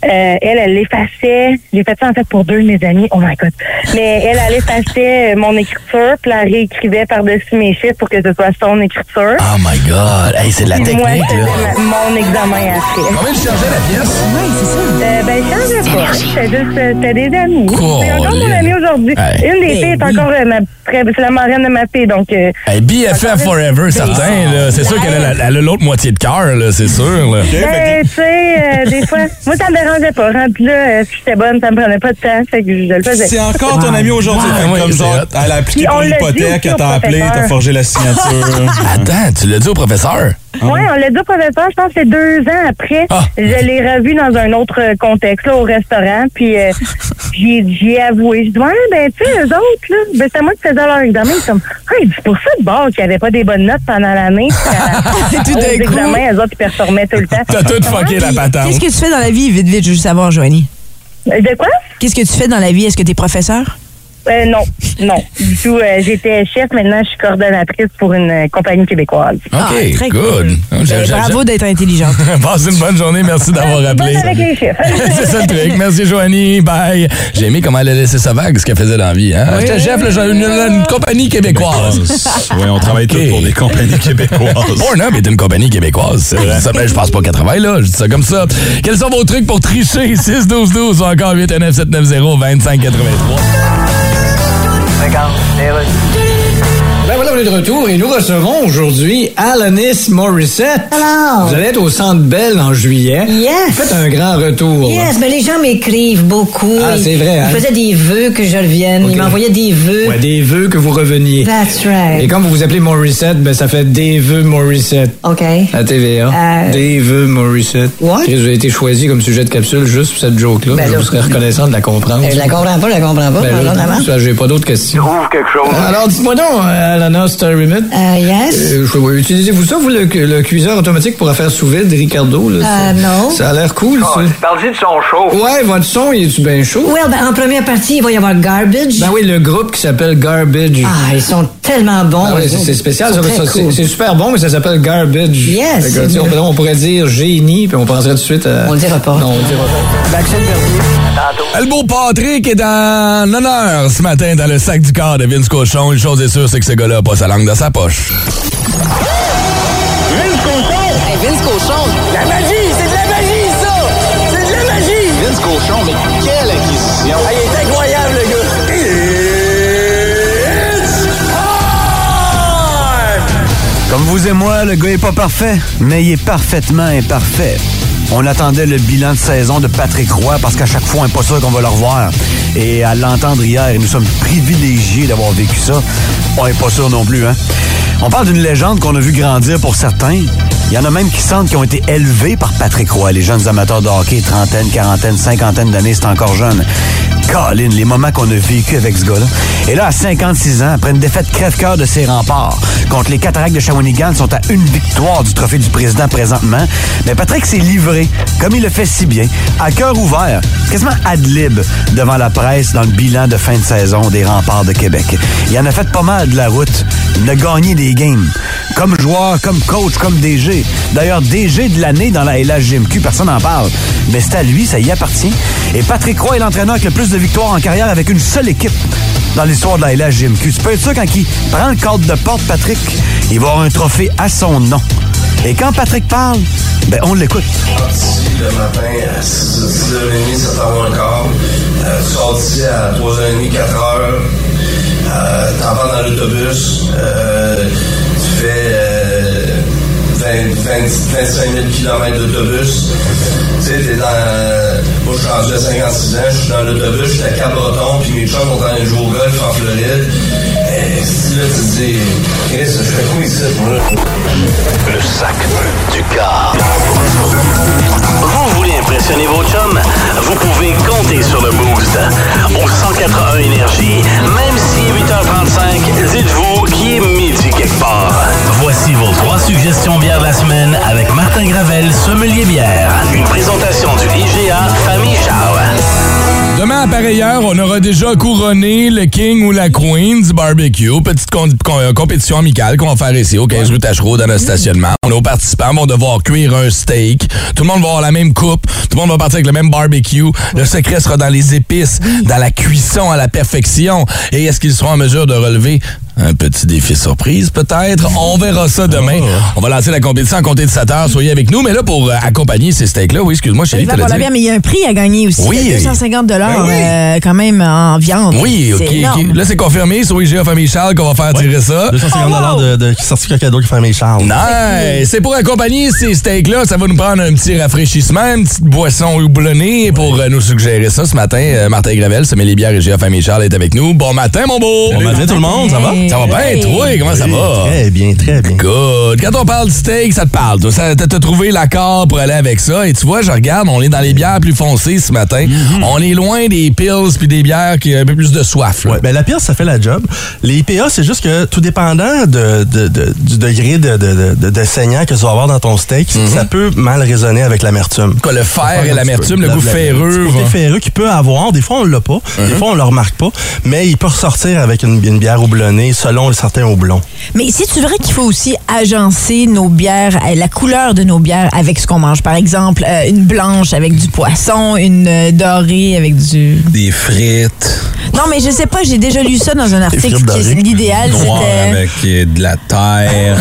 Speaker 8: Euh, elle, elle l'effaçait. J'ai fait ça en fait pour deux de mes amis. Oh my God. Mais elle, elle effaçait euh, mon écriture, puis elle réécrivait par-dessus mes chiffres pour que ce soit son écriture.
Speaker 3: Oh my God. Hey, c'est de la
Speaker 8: Puis moi,
Speaker 3: technique,
Speaker 8: je faisais
Speaker 3: là.
Speaker 8: ma- mon examen après.
Speaker 3: Combien tu changeais la pièce?
Speaker 6: Oui, c'est ça.
Speaker 8: Euh, ben, je changeais pas. C'était juste, euh, c'était des amis. C'est encore mon
Speaker 3: Colin.
Speaker 8: ami aujourd'hui.
Speaker 3: Hey.
Speaker 8: Une des filles est encore euh, ma, très- c'est la marraine de ma fille, donc. euh,
Speaker 3: Hey, BFF Forever, certain, là. C'est sûr qu'elle a la- elle a l'autre moitié de cœur, là, c'est sûr, là.
Speaker 8: ben, tu sais, euh, des fois, moi, ça me dérangeait pas. Rendu là, euh, si j'étais bonne, ça me prenait pas de temps, fait que je le faisais.
Speaker 4: C'est encore ton ami aujourd'hui. Fait que
Speaker 3: Ouais,
Speaker 4: comme
Speaker 3: c'est
Speaker 4: genre,
Speaker 3: hot.
Speaker 4: elle a appliqué
Speaker 8: Puis on
Speaker 4: pour
Speaker 8: l'a dit
Speaker 4: l'hypothèque,
Speaker 8: aussi
Speaker 4: elle
Speaker 8: au
Speaker 4: t'a appelé,
Speaker 8: professeur.
Speaker 4: t'as forgé la signature.
Speaker 3: Attends, tu l'as dit au professeur?
Speaker 8: Oui, on l'a dit au professeur, je pense que c'est deux ans après. Je l'ai revu dans un autre euh, contexte, là, au restaurant, puis euh, j'y ai- j'y ai avoué. Je dis, ouais, ben, tu sais, eux autres, là, ben, c'est moi qui faisais leur examen. Ils sont comme, hey, c'est pour ça de base qu'il n'y avait pas des bonnes notes pendant l'année. puis, euh,
Speaker 6: Tout
Speaker 8: aux
Speaker 6: d'un coup.
Speaker 8: examens, eux autres, ils performaient tout le temps.
Speaker 3: T'as tout fucké la
Speaker 6: Puis,
Speaker 3: patente.
Speaker 6: Qu'est-ce que tu fais dans la vie, vite, vite, je veux juste savoir, Joanie?
Speaker 8: Euh, De quoi?
Speaker 6: Qu'est-ce que tu fais dans la vie? Est-ce que t'es professeur?
Speaker 8: Euh, non, non. Du tout, euh, j'étais chef, maintenant je suis coordonnatrice pour une euh, compagnie québécoise.
Speaker 6: Ah,
Speaker 3: OK,
Speaker 6: très
Speaker 3: good. Oh, j'ai-
Speaker 6: Ben,
Speaker 3: j'ai-
Speaker 6: bravo d'être intelligente.
Speaker 3: j'ai- Passe une bonne journée. Merci d'avoir
Speaker 8: Bonne
Speaker 3: appelé.
Speaker 8: avec les chiffres.
Speaker 3: C'est ça le truc. Merci, Joanie. Bye. J'ai aimé comment elle a laissé sa vague, ce qu'elle faisait dans la vie. Hein? J'étais chef, là, j'ai une, une compagnie québécoise.
Speaker 4: oui, on travaille tous pour des compagnies québécoises.
Speaker 3: Pornhub est une compagnie québécoise. Ça, ben, je pense pas qu'elle travaille là. Je dis ça comme ça. Quels sont vos trucs pour tricher? 6-12-12 ou encore 819-790-2583.
Speaker 13: Ben voilà, on est de retour et nous recevons aujourd'hui Alanis Morissette.
Speaker 14: Alors?
Speaker 13: Vous allez être au Centre Bell en juillet.
Speaker 14: Yes.
Speaker 13: Faites un grand retour.
Speaker 14: Yes, mais les gens m'écrivent beaucoup.
Speaker 13: Ah,
Speaker 14: Ils-
Speaker 13: c'est vrai, hein?
Speaker 14: Ils faisaient des vœux que je revienne. Ils m'envoyaient des vœux.
Speaker 13: Ouais, des vœux que vous reveniez.
Speaker 14: That's right.
Speaker 13: Et quand vous vous appelez Morissette, ben ça fait des vœux Morissette.
Speaker 14: OK.
Speaker 13: À TVA.
Speaker 14: Euh,
Speaker 13: Des vœux Morissette.
Speaker 14: What?
Speaker 13: Chris, Vous avez été choisi comme sujet de capsule juste pour cette joke-là.
Speaker 14: Ben
Speaker 13: je
Speaker 14: là.
Speaker 13: vous serais reconnaissant de la comprendre.
Speaker 14: Je la comprends pas, je la comprends pas.
Speaker 13: Ben
Speaker 14: Parlons
Speaker 13: là,
Speaker 14: d'avant.
Speaker 13: ça, j'ai pas d'autres questions. Alors, dites-moi donc, euh, Alanis, cuiseur Sterrimit?
Speaker 14: yes.
Speaker 13: Euh, je- oui, Utilisez-vous ça, vous, le, le cuiseur automatique pour affaires sous vide, Ricardo? Là,
Speaker 14: Euh,
Speaker 13: ça-
Speaker 14: non.
Speaker 13: Ça a l'air cool, ça.
Speaker 14: Parlez de son show.
Speaker 13: Ouais, votre son, il est-tu bien chaud?
Speaker 14: Well, ben, en première partie, il va y avoir Garbage.
Speaker 13: Ben oui, le groupe qui s'appelle Garbage.
Speaker 14: Ah, ils sont tellement bons.
Speaker 13: Ah ouais,
Speaker 14: eux
Speaker 13: c'est-
Speaker 14: autres.
Speaker 13: c'est spécial,
Speaker 14: Ils
Speaker 13: ça,
Speaker 14: sont
Speaker 13: parce
Speaker 14: très
Speaker 13: que c'est
Speaker 14: cool.
Speaker 13: c'est super bon, mais ça s'appelle Garbage.
Speaker 14: Yes.
Speaker 13: Fait que, tu sais, on, peut- on pourrait dire génie, puis on penserait tout de suite à... On le
Speaker 14: dira pas.
Speaker 13: Non, on le dira pas.
Speaker 3: Le beau Patrick est en honneur ce matin dans le sac du corps de Vince Cochon. Une chose est sûre, c'est que ce gars-là a pas sa langue dans sa poche.
Speaker 7: Vince Cochon! Vince Cochon! La magie! C'est de la magie, ça! C'est de la magie! Vince Cochon, mais quelle acquisition! il est incroyable, le gars! It's
Speaker 15: Comme vous et moi, le gars est pas parfait, mais il est parfaitement imparfait. On attendait le bilan de saison de Patrick Roy parce qu'à chaque fois, on n'est pas sûr qu'on va le revoir. Et à l'entendre hier, et nous sommes privilégiés d'avoir vécu ça. On n'est pas sûr non plus, hein? On parle d'une légende qu'on a vu grandir pour certains. Il y en a même qui sentent qu'ils ont été élevés par Patrick Roy. Les jeunes amateurs de hockey, trentaine, quarantaine, cinquantaine d'années, c'est encore jeune. Colin, les moments qu'on a vécu avec ce gars-là. Et là, à 56 ans, après une défaite crève-cœur de ses remparts contre les Cataractes de Shawinigan, sont à une victoire du trophée du président présentement. Mais Patrick s'est livré, comme il le fait si bien, à cœur ouvert, quasiment ad lib devant la presse dans le bilan de fin de saison des remparts de Québec. Il en a fait pas mal de la route. Il a gagné des games. Comme joueur, comme coach, comme DG. D'ailleurs, DG de l'année dans la LHGMQ, personne n'en parle. Mais c'est à lui, ça y appartient. Et Patrick Roy est l'entraîneur avec le plus de victoires en carrière avec une seule équipe dans l'histoire de la LHGMQ. Tu peux être sûr, quand il prend le cadre de porte, Patrick, il va avoir un trophée à son nom. Et quand Patrick parle, ben on l'écoute.
Speaker 10: Parti le matin à 6h30, 7h15. Euh, tu sors d'ici à 3h30, 4h. Euh, T'en vas dans l'autobus. Euh, tu fais euh, 20, 20, 25 000 km d'autobus. Tu sais, t'es dans. moi, je suis rendu à 56 ans, je suis dans l'autobus, je suis à Cap-Breton, puis mes chums sont en train de jouer au golf en Floride. Et si là, tu te dis, Chris, je fais quoi ici, moi, là?
Speaker 16: Le sac du car. Vous voulez impressionner vos chums? Vous pouvez compter sur le boost. Au 181 Énergie, même si 8h35, dites-vous qu'il est midi quelque part. Voici vos trois suggestions bières de la semaine avec Martin Gravel, sommelier bière. Une présentation du IGA Famille Chao.
Speaker 3: Demain, à pareille heure, on aura déjà couronné le King ou la Queen du barbecue. Petite com- com- euh, compétition amicale qu'on va faire ici au 15 rue Tachereau dans le stationnement. Nos participants vont devoir cuire un steak. Tout le monde va avoir la même coupe. Tout le monde va partir avec le même barbecue. Le secret sera dans les épices, dans la cuisson à la perfection. Et est-ce qu'ils seront en mesure de relever un petit défi surprise, peut-être. On verra ça demain. On va lancer la compétition à compter de 7 heures. Soyez avec nous. Mais là, pour euh, accompagner ces steaks-là, oui, excuse-moi,
Speaker 6: Je vais
Speaker 3: chérie,
Speaker 6: pour
Speaker 3: t'allais
Speaker 6: la
Speaker 3: dire?
Speaker 6: bière, mais il y a un prix à gagner aussi.
Speaker 3: Oui.
Speaker 6: de 250
Speaker 3: Ben oui.
Speaker 6: euh, quand même en viande.
Speaker 3: Oui, OK.
Speaker 6: C'est énorme.
Speaker 3: ok. Là, c'est confirmé. Sur IGA Famille Charles qu'on va faire tirer ça.
Speaker 9: 250 de, de certificat cadeau qui fait mes charles.
Speaker 3: Nice! C'est pour accompagner ces steaks-là, ça va nous prendre un petit rafraîchissement, une petite boisson houblonnée pour euh, nous suggérer ça ce matin. Euh, Martin Gravel, sommelier bière et GF Famille Charles est avec nous. Bon matin, mon beau!
Speaker 9: Bon matin, tout le monde, ça va?
Speaker 3: Ça va bien,
Speaker 6: Euh,
Speaker 9: Hey.
Speaker 3: toi, comment ça
Speaker 9: Oui,
Speaker 3: va?
Speaker 9: très bien, très bien.
Speaker 3: Good! Quand on parle de steak, ça te parle, toi. Ça- T'as t'as trouvé l'accord pour aller avec ça. Et tu vois, je regarde, on est dans les bières plus foncées ce matin.
Speaker 9: Mm-hmm.
Speaker 3: On est loin des pills puis des bières qui ont un peu plus de soif. là.
Speaker 9: Ouais, ben la pire, ça fait la job. Les IPA, c'est juste que tout dépendant de, de- de- du degré de, de, de- de saignant que tu vas avoir dans ton steak, ça peut mal résonner avec l'amertume.
Speaker 3: Quoi, le fer
Speaker 9: Ça peut
Speaker 3: et
Speaker 9: un
Speaker 3: l'amertume,
Speaker 9: petit peu.
Speaker 3: le goût
Speaker 9: La- la- Mhm.
Speaker 3: ferreux,
Speaker 9: Le petit côté
Speaker 3: va.
Speaker 9: ferreux qu'il peut avoir. Des fois, on l'a pas. Des fois, on le remarque pas. Mais il peut ressortir avec une, une bière houblonnée selon certains houblons.
Speaker 6: Mais c'est vrai qu'il faut aussi agencer nos bières, euh, la couleur de nos bières avec ce qu'on mange. Par exemple, euh, une blanche avec du poisson, une euh, dorée avec du...
Speaker 4: Des frites.
Speaker 6: Non, mais je sais pas, j'ai déjà lu ça dans un article. qui- L'idéal, Ah,
Speaker 4: Noir
Speaker 6: c'était... Ah,
Speaker 4: avec euh, de la terre.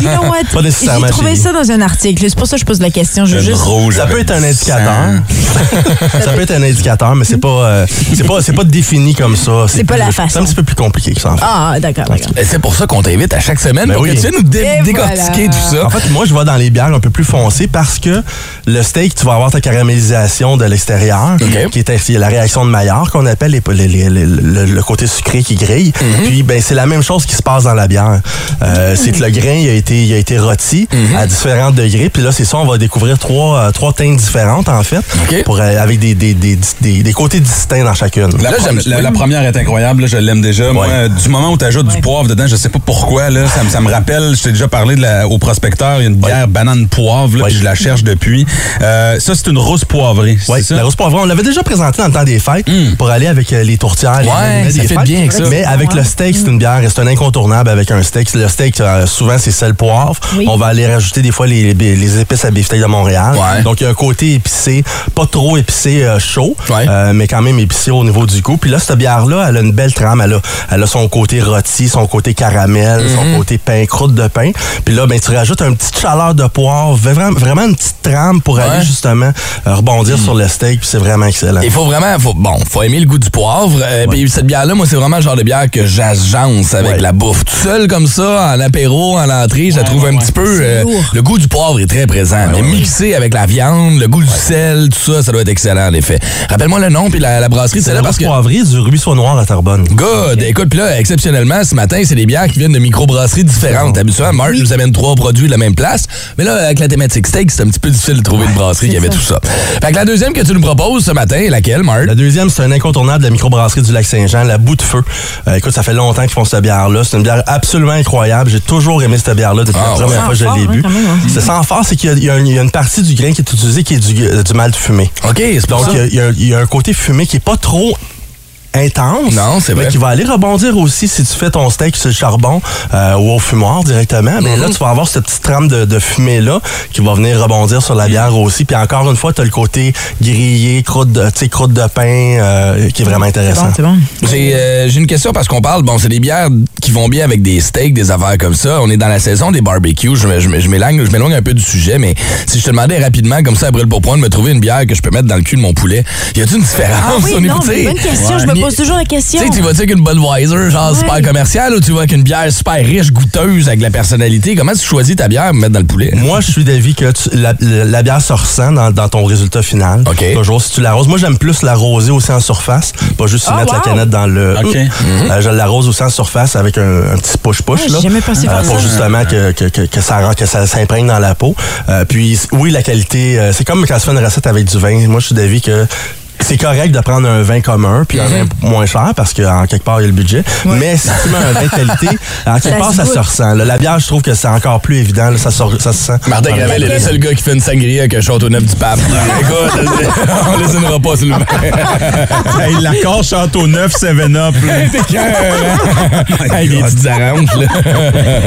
Speaker 6: You know what?
Speaker 4: Pas nécessairement,
Speaker 6: J'ai trouvé
Speaker 4: chérie.
Speaker 6: ça dans un article. C'est pour ça que je pose la question. Je veux juste...
Speaker 9: ça peut être un indicateur. ça peut être un indicateur, mais c'est pas, euh, c'est pas, c'est pas défini comme ça.
Speaker 6: C'est pas
Speaker 9: plus-
Speaker 6: la façon.
Speaker 9: C'est un petit peu plus compliqué que ça. en fait.
Speaker 6: Ah, d'accord, d'accord.
Speaker 3: Et Eh, C'est pour ça qu'on t'invite à chaque semaine
Speaker 4: Ben
Speaker 3: pour que tu viennes nous dé-
Speaker 6: Et
Speaker 3: décortiquer
Speaker 6: voilà.
Speaker 3: tout ça.
Speaker 9: En fait, moi, je vais dans les bières un peu plus foncées parce que le steak, tu vas avoir ta caramélisation de l'extérieur, qui est ainsi la réaction de Maillard qu'on appelle les- les- les- les- le, le côté sucré qui grille.
Speaker 4: Mhm.
Speaker 9: Puis, ben, c'est la même chose qui se passe dans la bière. Euh, C'est
Speaker 4: Mhm.
Speaker 9: que le grain, il a été, il a été rôti à différents degrés. Puis là, c'est ça, on va découvrir trois, euh, trois teintes différentes, en fait, pour, euh, avec des, des, des, des- des côtés distincts dans chacune.
Speaker 4: La, pro- la- la première est incroyable, là, je l'aime déjà. Moi, du moment où tu ajoutes du poivre dedans, je sais pas pourquoi, là, ça, me- ça me rappelle, je t'ai déjà parlé de la- au prospecteur, il y a une bière banane poivre, là, puis je la cherche depuis. Euh, ça, c'est une rousse poivrée.
Speaker 9: Oui, la rousse poivrée, on l'avait déjà présentée dans le temps des fêtes pour aller avec euh, les tourtières. les
Speaker 4: Mm. Ouais,
Speaker 9: marinades
Speaker 4: ça
Speaker 9: des
Speaker 4: fait
Speaker 9: fêtes.
Speaker 4: bien que ça.
Speaker 9: Mais avec le steak, c'est une bière, c'est un incontournable avec un steak. Le steak, euh, souvent, c'est sel poivre. On va aller rajouter des fois les, les épices à beefsteak de Montréal. Donc, il y a un côté épicé, pas trop épicé euh, chaud, euh, mais quand même épicé au niveau du goût. Puis là, cette bière-là, elle a une belle trame. Elle a, elle a son côté rôti, son côté caramel, son côté pain, croûte de pain. Puis là, ben, tu rajoutes une petite chaleur de poivre, vraiment, vraiment une petite trame pour aller justement euh, rebondir sur le steak. Puis c'est vraiment excellent.
Speaker 3: Il faut vraiment, faut- bon, faut aimer le goût du poivre. euh, Puis cette bière-là, moi, c'est vraiment le genre de bière que j'agence avec la bouffe. Tout seul comme ça, en apéro, en entrée, je la trouve un petit peu. euh, le goût du poivre est très présent. mais mixé avec la viande, le goût du sel, tout ça, ça doit être excellent, en effet. Rappelle-moi le nom, puis la, la brasserie, c'est
Speaker 9: C'est
Speaker 3: là
Speaker 9: la
Speaker 3: parce
Speaker 9: rousse
Speaker 3: que.
Speaker 9: poivrée du ruisseau noir à Tarbonne.
Speaker 3: Good. Écoute, puis là, exceptionnellement, ce matin, c'est des bières qui viennent de microbrasseries différentes. Habituellement, Marc nous amène trois produits de la même place. Mais là, avec la thématique steak, c'est un petit peu difficile de trouver une brasserie qui avait tout ça. Fait que la deuxième que tu nous proposes ce matin, laquelle, Marc?
Speaker 9: La deuxième, c'est un incontournable de la microbrasserie du Lac-Saint-Jean, la bout de feu. Euh, écoute, ça fait longtemps qu'ils font cette bière-là. C'est une bière absolument incroyable. J'ai toujours aimé cette bière-là depuis
Speaker 3: Ah,
Speaker 9: la
Speaker 3: ouais.
Speaker 9: première fois que je
Speaker 3: Sans
Speaker 9: l'ai
Speaker 3: fort,
Speaker 9: bu.
Speaker 3: hein, quand même, hein.
Speaker 9: C'est sans fort, c'est qu'il y a- il y, a une- il y a une partie du grain qui est utilisée qui est du, euh, du malt fumé.
Speaker 3: OK, c'est
Speaker 9: Donc, il y a- il y, a- il y a un côté fumé qui est pas trop intense.
Speaker 3: Non, c'est vrai.
Speaker 9: Mais qui va aller rebondir aussi si tu fais ton steak sur le charbon euh, ou au fumoir directement. Mais là, tu vas avoir cette petite trame de, de fumée-là qui va venir rebondir sur la bière aussi. Puis encore une fois, tu as le côté grillé, croûte de, tu sais, croûte de pain euh, qui est vraiment intéressant.
Speaker 3: bon. J'ai euh, j'ai une question parce qu'on parle, bon, c'est des bières qui vont bien avec des steaks, des affaires comme ça. On est dans la saison des barbecues. Je, me- je, me- je m'éloigne je m'éloigne un peu du sujet, mais si je te demandais rapidement, comme ça, après le pourpoint, de me trouver une bière que je peux mettre dans le cul de mon poulet, y a-t-il une différence
Speaker 6: Ah oui,
Speaker 3: au niveau
Speaker 6: non,
Speaker 3: tu sais,
Speaker 6: mais bonne question. Je me
Speaker 3: mais-
Speaker 6: pose toujours la
Speaker 3: Tu
Speaker 6: question.
Speaker 3: sais, tu vas-tu avec une Budweiser, genre
Speaker 6: Ouais.
Speaker 3: super commerciale, ou tu vas avec une bière super riche, goûteuse, avec la personnalité? Comment tu choisis ta bière pour mettre dans le poulet?
Speaker 9: Moi, je suis d'avis que tu- la, la- la bière se ressent dans, dans ton résultat final. Toujours, si tu l'arroses. Moi, j'aime plus l'arroser aussi en surface, pas juste y
Speaker 3: Ah,
Speaker 9: mettre la
Speaker 3: wow.
Speaker 9: canette dans le.
Speaker 3: OK.
Speaker 9: Euh, je l'arrose aussi en surface avec un, un petit push-push.
Speaker 3: Ouais,
Speaker 9: là,
Speaker 3: Ah,
Speaker 9: Euh,
Speaker 3: j'ai jamais pensé faire
Speaker 9: Pour
Speaker 3: ça.
Speaker 9: justement que, que, que, que ça, rend- que ça s'imprègne dans la peau. Euh, puis, oui, la qualité, euh, c'est comme quand tu fais une recette avec du vin. Moi, je suis d'avis que. C'est correct de prendre un vin commun puis un
Speaker 3: Mhm.
Speaker 9: vin moins cher parce qu'en quelque part, il y a le budget. Mais si tu mets un vin de qualité, en
Speaker 3: Ça
Speaker 9: quelque part,
Speaker 3: se
Speaker 9: ça
Speaker 3: goûte.
Speaker 9: se ressent. là. La bière, je trouve que c'est encore plus évident. là, ça, se, ça se sent.
Speaker 3: Martin Gravel est le seul gars qui fait une sangria avec un châteauneuf du pape. Écoute, on lésinera pas sur le vin.
Speaker 4: Hey, l'accord Châteauneuf 7-Up.
Speaker 3: T'es cœur, Avec des petites oranges, là.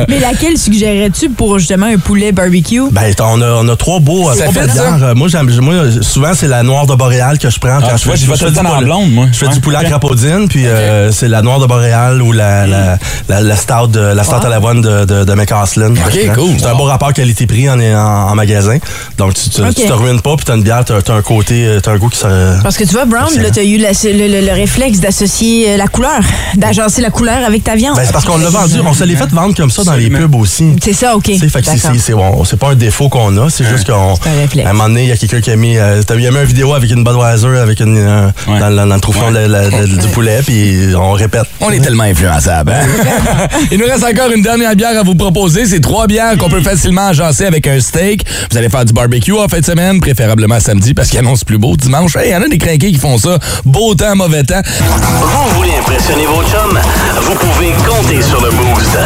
Speaker 6: Mais laquelle suggérerais-tu pour justement un poulet barbecue?
Speaker 9: Ben, on a, on a trois beaux euh,
Speaker 6: Ça
Speaker 9: trois
Speaker 6: fait,
Speaker 9: belles
Speaker 6: ça?
Speaker 9: bières. Euh, Moi, j'aime, moi, souvent, c'est la noire de Boréal que je prends quand
Speaker 4: Ah,
Speaker 9: je
Speaker 4: tu vois, j'y
Speaker 9: je
Speaker 4: vais tout le
Speaker 9: du
Speaker 4: temps dans la
Speaker 9: poulet-
Speaker 4: blonde, moi.
Speaker 9: Je fais
Speaker 4: Ouais.
Speaker 9: du poulet
Speaker 4: Ok. Mm.
Speaker 9: à crapaudine, puis euh, c'est la noire de Boréal ou la, la, la, la stout, de, la stout à
Speaker 4: Ah.
Speaker 9: l'avoine de, de, de McCaslin.
Speaker 3: Ok, cool.
Speaker 9: C'est un beau rapport qualité-prix en, en, en magasin. Donc, tu, tu, tu
Speaker 6: Ok.
Speaker 9: te ruines pas, puis t'as une bière, t'as, t'as un côté, euh, t'as un goût qui se...
Speaker 6: Parce que tu vois, Brown,
Speaker 9: Excellent.
Speaker 6: là, t'as eu la- le, le- le réflexe d'associer euh, la couleur, d'agencer la couleur avec ta viande.
Speaker 9: Ben, c'est parce qu'on l'a vendu, on se l'est fait vendre comme ça dans les pubs aussi.
Speaker 6: C'est ça, OK.
Speaker 9: Tu sais, fait que c'est-
Speaker 6: D'accord.
Speaker 9: c'est- c'est bon, c'est pas un défaut qu'on a, c'est juste qu'on.
Speaker 6: C'est un réflexe.
Speaker 9: À un moment donné, il y a quelqu'un qui a mis. euh, t'as- il a mis une vidéo avec une Budweiser avec une, euh, dans, le- dans le trouffon de la- la- du poulet, puis on répète.
Speaker 3: On est tellement influençable. hein? Il nous reste encore une dernière bière à vous proposer. C'est trois bières qu'on peut facilement agencer avec un steak. Vous allez faire du barbecue en fin de semaine, préférablement samedi parce qu'il annonce plus beau dimanche. Hey, il y en a des crinqués qui font ça. Beau temps, mauvais temps.
Speaker 16: Vous voulez impressionner vos chums? Vous pouvez compter sur le boost.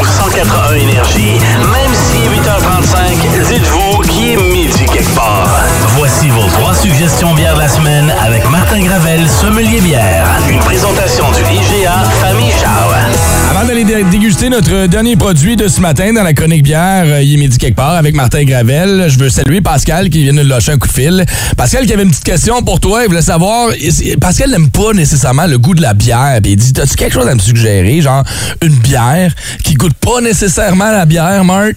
Speaker 16: Au 181 Énergie, même si 8h35, dites-vous qu'il est midi quelque part. Voici vos trois suggestions bières de la semaine avec Martin Gravel, sommelier bière. Une présentation du IGA Famille Charles.
Speaker 3: Avant d'aller dé- déguster notre dernier produit de ce matin dans la chronique bière, euh, il est midi quelque part avec Martin Gravel. Je veux saluer Pascal qui vient de nous lâcher un coup de fil. Pascal qui avait une petite question pour toi, il voulait savoir, il- il- Pascal n'aime pas nécessairement le goût de la bière. Puis il dit, as-tu quelque chose à me suggérer, genre une bière qui goûte pas nécessairement la bière, Marc?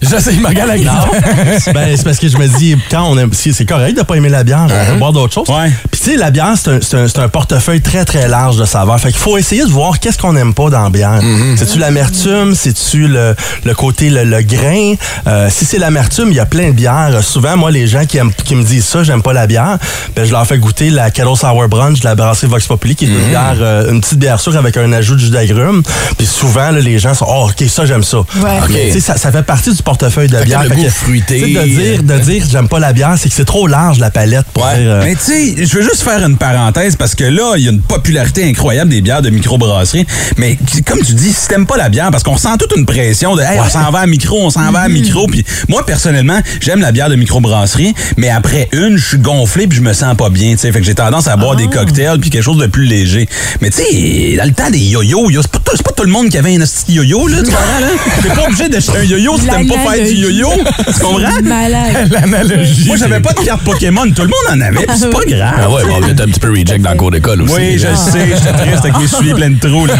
Speaker 3: Je sais, il me regarde avec
Speaker 9: ben, c'est parce que je me dis, quand on aime, c'est c'est correct de pas aimer la bière, on peut boire d'autres choses. Puis tu sais, la bière, c'est un- c'est un, c'est un portefeuille très très large de saveurs. Fait qu'il faut essayer de voir qu'est-ce qu'on n'aime pas dans la bière.
Speaker 4: Mm-hmm.
Speaker 9: C'est-tu l'amertume, c'est-tu le, le côté le, le grain. Euh, si c'est l'amertume, il y a plein de bières. Euh, Souvent, moi, les gens qui, aiment- qui me disent ça, j'aime pas la bière, ben je leur fais goûter la Kettle Sour Brunch de la brasserie Vox Populi, qui est
Speaker 4: Mm-hmm.
Speaker 9: une bière, euh, une petite bière sûre avec un ajout de jus d'agrumes. Puis souvent, là, les gens sont, oh, ok, ça j'aime ça.
Speaker 3: Ok.
Speaker 9: Mais tu sais, ça, ça fait partie du portefeuille de
Speaker 4: Fait
Speaker 9: bière.
Speaker 4: comme le
Speaker 9: Fait
Speaker 4: goût
Speaker 9: que,
Speaker 4: fruité. euh,
Speaker 9: tu sais, De dire, de dire j'aime pas la bière, c'est que c'est trop large la palette pour dire. euh,
Speaker 4: Mais tu sais, je veux juste faire une parenthèse parce que là, il y a une popularité incroyable des bières de microbrasserie. Mais qui- comme tu dis, si t'aimes pas la bière, parce qu'on sent toute une pression de hey, on s'en va à micro, on s'en va
Speaker 9: Mm-hmm.
Speaker 4: à micro. Puis moi, personnellement, j'aime la bière de microbrasserie, mais après une, je suis gonflé puis je me sens pas bien. tu sais. Fait que j'ai tendance à
Speaker 9: Ah.
Speaker 4: boire des cocktails puis quelque chose de plus léger. Mais tu sais, dans le temps des yo-yo, yo, c'est pas, tout- c'est pas tout le monde qui avait un petit yo-yo, là, tu comprends, là? T'es pas obligé d'acheter un yo-yo si t'aimes pas faire du yo-yo. Tu comprends?
Speaker 6: Malade.
Speaker 4: L'analogie. Moi, j'avais pas de carte Pokémon. Tout le monde en avait, puis c'est pas grave.
Speaker 3: Ah ouais, bon, t'es un petit peu reject dans le cours d'école aussi.
Speaker 4: Oui, je
Speaker 3: là.
Speaker 4: le sais, j'étais triste avec mes souliers pleins de trous. Là.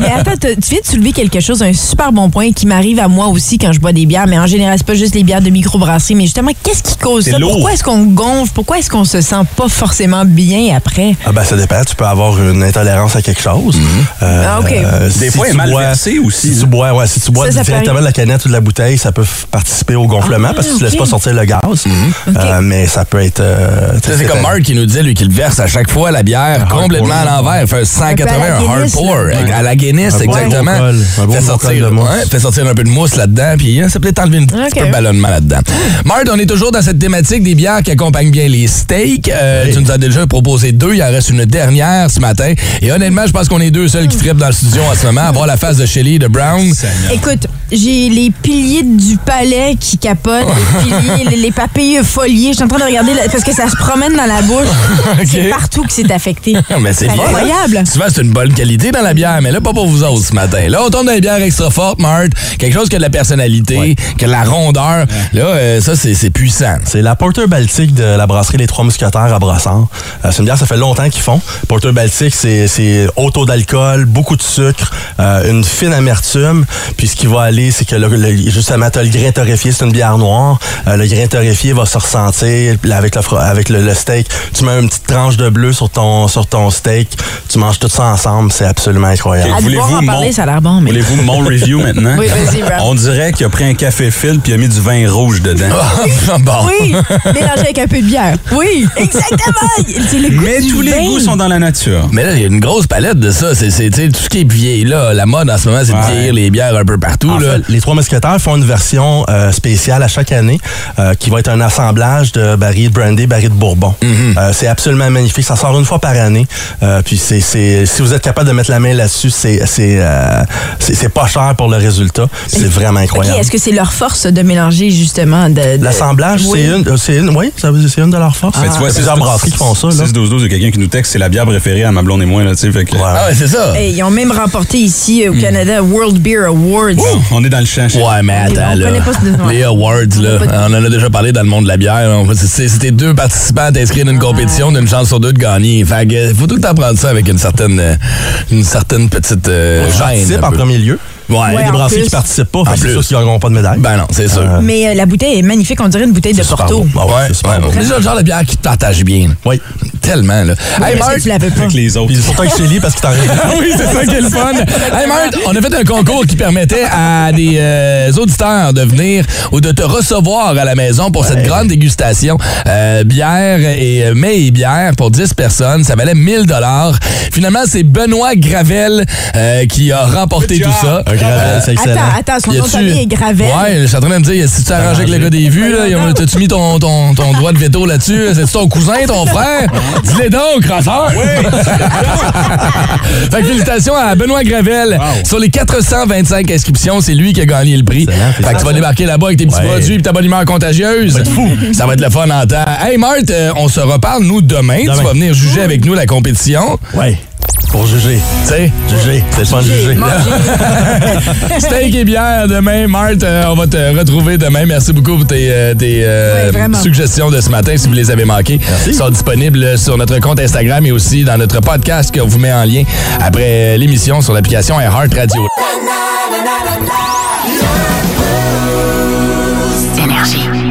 Speaker 6: Mais attends, t'as- tu viens de soulever quelque chose, un super bon point qui m'arrive à moi aussi quand je bois des bières, mais en général, c'est pas juste les bières de microbrasserie, mais justement, qu'est-ce qui cause
Speaker 9: C'est
Speaker 6: ça?
Speaker 9: lourd.
Speaker 6: Pourquoi est-ce qu'on gonfle? Pourquoi est-ce qu'on se sent pas forcément bien après?
Speaker 9: Ah ben ça dépend, tu peux avoir une intolérance à quelque chose. Euh,
Speaker 6: Ah, OK.
Speaker 4: Des Mhm. fois, elle est
Speaker 9: tu
Speaker 4: mal
Speaker 9: bois-
Speaker 4: versée aussi. hein.
Speaker 9: Si tu bois, ouais, si tu bois
Speaker 4: Ça, ça peut
Speaker 9: directement de
Speaker 4: arriver.
Speaker 9: la canette ou de la bouteille, ça peut f- participer au gonflement
Speaker 4: Ah,
Speaker 9: parce que tu ne laisses
Speaker 4: OK.
Speaker 9: pas sortir le gaz.
Speaker 4: Mhm.
Speaker 9: Euh, mais ça peut être... euh,
Speaker 3: Ça, C'est comme Mark qui nous dit, lui, qu'il verse à chaque fois la
Speaker 4: Ah,
Speaker 3: bière complètement à l'envers. Il fait un
Speaker 9: Un peu à
Speaker 3: 180,
Speaker 9: la
Speaker 3: un hard
Speaker 9: Guinness,
Speaker 3: pour.
Speaker 9: là.
Speaker 3: À la Guinness,
Speaker 9: Un beau
Speaker 3: exactement.
Speaker 9: monocole, un beau
Speaker 3: fait,
Speaker 9: monocole de
Speaker 3: sortir,
Speaker 9: mousse.
Speaker 3: ouais, fait sortir un peu de mousse là-dedans, puis hein, ça peut peut-être enlever un petit peu de ballonnement là-dedans. Mark, on est toujours dans cette thématique des bières qui accompagnent bien les steaks. Euh, Tu nous as déjà proposé deux, il en reste une dernière ce matin. Et honnêtement, je pense qu'on est deux seuls qui trippent dans le studio en ce moment. à voir la face de Shelly et de Brown.
Speaker 6: Écoute, j'ai les piliers du palais qui capotent, les piliers, les, les papilles foliées. Je suis en train de regarder la- parce que ça se promène dans la bouche. C'est partout que c'est affecté.
Speaker 4: Ah,
Speaker 3: Mais c'est bon, hein?
Speaker 6: incroyable.
Speaker 3: Souvent, c'est une bonne qualité dans la bière, mais là, pas pour vous autres ce matin. Là, on tombe dans les bières extra fortes, Mart. Quelque chose qui a de la personnalité, qui a de la rondeur. Là, euh, ça, c'est c'est puissant.
Speaker 9: C'est la Porter Baltique de la brasserie Les Trois Mousquetaires à Brassard. Euh, c'est une bière, ça fait longtemps qu'ils font. Porter Baltique, c'est, c'est haut taux d'alcool, beaucoup de sucre, euh, une fine amertume. Puis ce qui va aller, c'est que le, le- justement, tu le grain torréfié, c'est une bière noire. Euh, le grain torréfié va se ressentir là, avec, le, fra- avec le, le steak. Tu mets une petite tranche de bleu sur ton, sur ton steak. Tu manges tout ça ensemble. C'est absolument incroyable.
Speaker 4: Ok, À voulez-vous
Speaker 6: Voir en parler,
Speaker 4: mon-
Speaker 6: ça a l'air bon, mais.
Speaker 4: Voulez-vous mon review maintenant?
Speaker 6: Oui, vas-y, Brad.
Speaker 4: On dirait qu'il a pris un café fil puis il a mis du vin rouge dedans.
Speaker 3: Ah,
Speaker 4: bon.
Speaker 6: Oui, mélangé avec un peu de bière. Oui, exactement. C'est le goût
Speaker 4: Mais
Speaker 6: du
Speaker 4: tous les
Speaker 6: vin.
Speaker 4: goûts sont dans la nature.
Speaker 3: Mais là, il y a une grosse palette de ça. C'est c'est, tu sais, tout ce qui est vieilli, là. La mode en ce moment, c'est de vieillir les bières un peu partout.
Speaker 9: En
Speaker 3: là.
Speaker 9: fait, les Trois Mousquetaires font une version euh, spéciale à chaque année euh, qui va être un assemblage de barils de brandy, barils de bourbon.
Speaker 3: Mm-hmm.
Speaker 9: Euh, c'est absolument magnifique. Ça sort une fois par année. Euh, puis c'est, c'est- si vous êtes capable de mettre la main là-dessus, c'est, c'est, euh, c'est, c'est pas cher pour le résultat. C'est vraiment
Speaker 6: OK,
Speaker 9: incroyable.
Speaker 6: est-ce que c'est leur force de mélanger justement de. de-
Speaker 9: L'assemblage,
Speaker 6: Oui.
Speaker 9: c'est une, euh, c'est une, oui, ça veut dire c'est une de leurs forces.
Speaker 4: Mais tu
Speaker 9: Il
Speaker 4: vois,
Speaker 9: y a plusieurs brasseries qui font ça. Là.
Speaker 4: 6-12-12, il y a quelqu'un qui nous texte, c'est la bière préférée à ma blonde et moi. Là, tu sais, fait que...
Speaker 3: Ah ouais, c'est ça.
Speaker 6: Eh, ils ont même remporté ici euh,
Speaker 4: Hmm.
Speaker 6: au Canada World Beer Awards.
Speaker 4: On est dans le champ.
Speaker 3: Ouais, mais attends,
Speaker 6: On
Speaker 3: là.
Speaker 6: connaît pas ce- ouais.
Speaker 3: Les awards, là. On en a déjà parlé dans le monde de la bière. là. C'est- c'est- C'était deux participants inscrits
Speaker 6: Ah.
Speaker 3: d'une compétition d'une chance sur deux de gagner. Fait que, euh, faut tout le temps prendre ça avec une certaine, euh, une certaine petite euh,
Speaker 9: Je
Speaker 3: gêne.
Speaker 9: participe
Speaker 3: un
Speaker 9: en
Speaker 3: peu.
Speaker 9: premier lieu.
Speaker 3: Ouais,
Speaker 9: il y a
Speaker 6: en
Speaker 9: des brasseries
Speaker 6: plus.
Speaker 9: qui participent pas.
Speaker 3: En
Speaker 9: fait que Ah, C'est
Speaker 3: plus.
Speaker 9: sûr qu'ils n'auront pas de médaille.
Speaker 3: Ben non, c'est sûr.
Speaker 6: Mais euh, la bouteille est magnifique, on dirait une bouteille de Porto.
Speaker 9: Ah ouais, c'est super bon.
Speaker 3: C'est le genre de bière qui te partage bien.
Speaker 9: Oui.
Speaker 3: Tellement, là.
Speaker 6: Oui, parce que
Speaker 3: Marc!
Speaker 6: tu l'avais pas.
Speaker 4: Avec les autres.
Speaker 9: Puis pourtant, que c'est lié parce que t'en
Speaker 3: Ah oui, c'est ça qui est le fun. Hey, Marthe, on a fait un concours qui permettait à des euh, auditeurs de venir ou de te recevoir à la maison pour cette grande dégustation. Euh, bière et euh, mets et bière pour 10 personnes. Ça valait 1000 dollars. Finalement, c'est Benoît Gravel euh, qui a remporté tout ça. Euh,
Speaker 9: Un Gravel, c'est excellent.
Speaker 4: hein.
Speaker 6: Attends, attends, son
Speaker 3: Y
Speaker 6: nom de
Speaker 3: a-tu-
Speaker 6: famille est Gravel.
Speaker 3: Ouais, je suis en train de me dire, si tu arrangé avec le gars des vues, là, Ils ont- t'as-tu mis ton, ton, ton droit de veto là-dessus? C'est-tu ton cousin, ton frère? Dis-le donc, crasseur! fait que félicitations à Benoît Gravel. Sur les 425 inscriptions, c'est lui qui a gagné le prix. Fait que tu vas débarquer là-bas avec tes petits
Speaker 9: Ouais.
Speaker 3: produits et ta bonne humeur contagieuse. Ça va être fou. Ça va être le fun en temps. Hey, Marthe, euh, on se reparle, nous, demain. Tu
Speaker 9: Demain.
Speaker 3: vas venir juger avec nous la compétition.
Speaker 9: Ouais. Pour juger.
Speaker 3: Tu sais,
Speaker 9: Juger. C'est le fun de juger.
Speaker 3: Steak et bière demain, Marthe. euh, on va te retrouver demain. Merci beaucoup pour tes, euh, tes, euh,
Speaker 6: Ouais, vraiment.
Speaker 3: suggestions de ce matin si vous les avez manquées. Elles sont disponibles sur notre compte Instagram et aussi dans notre podcast qu'on vous met en lien après l'émission sur l'application iHeart Radio.
Speaker 2: Énergie.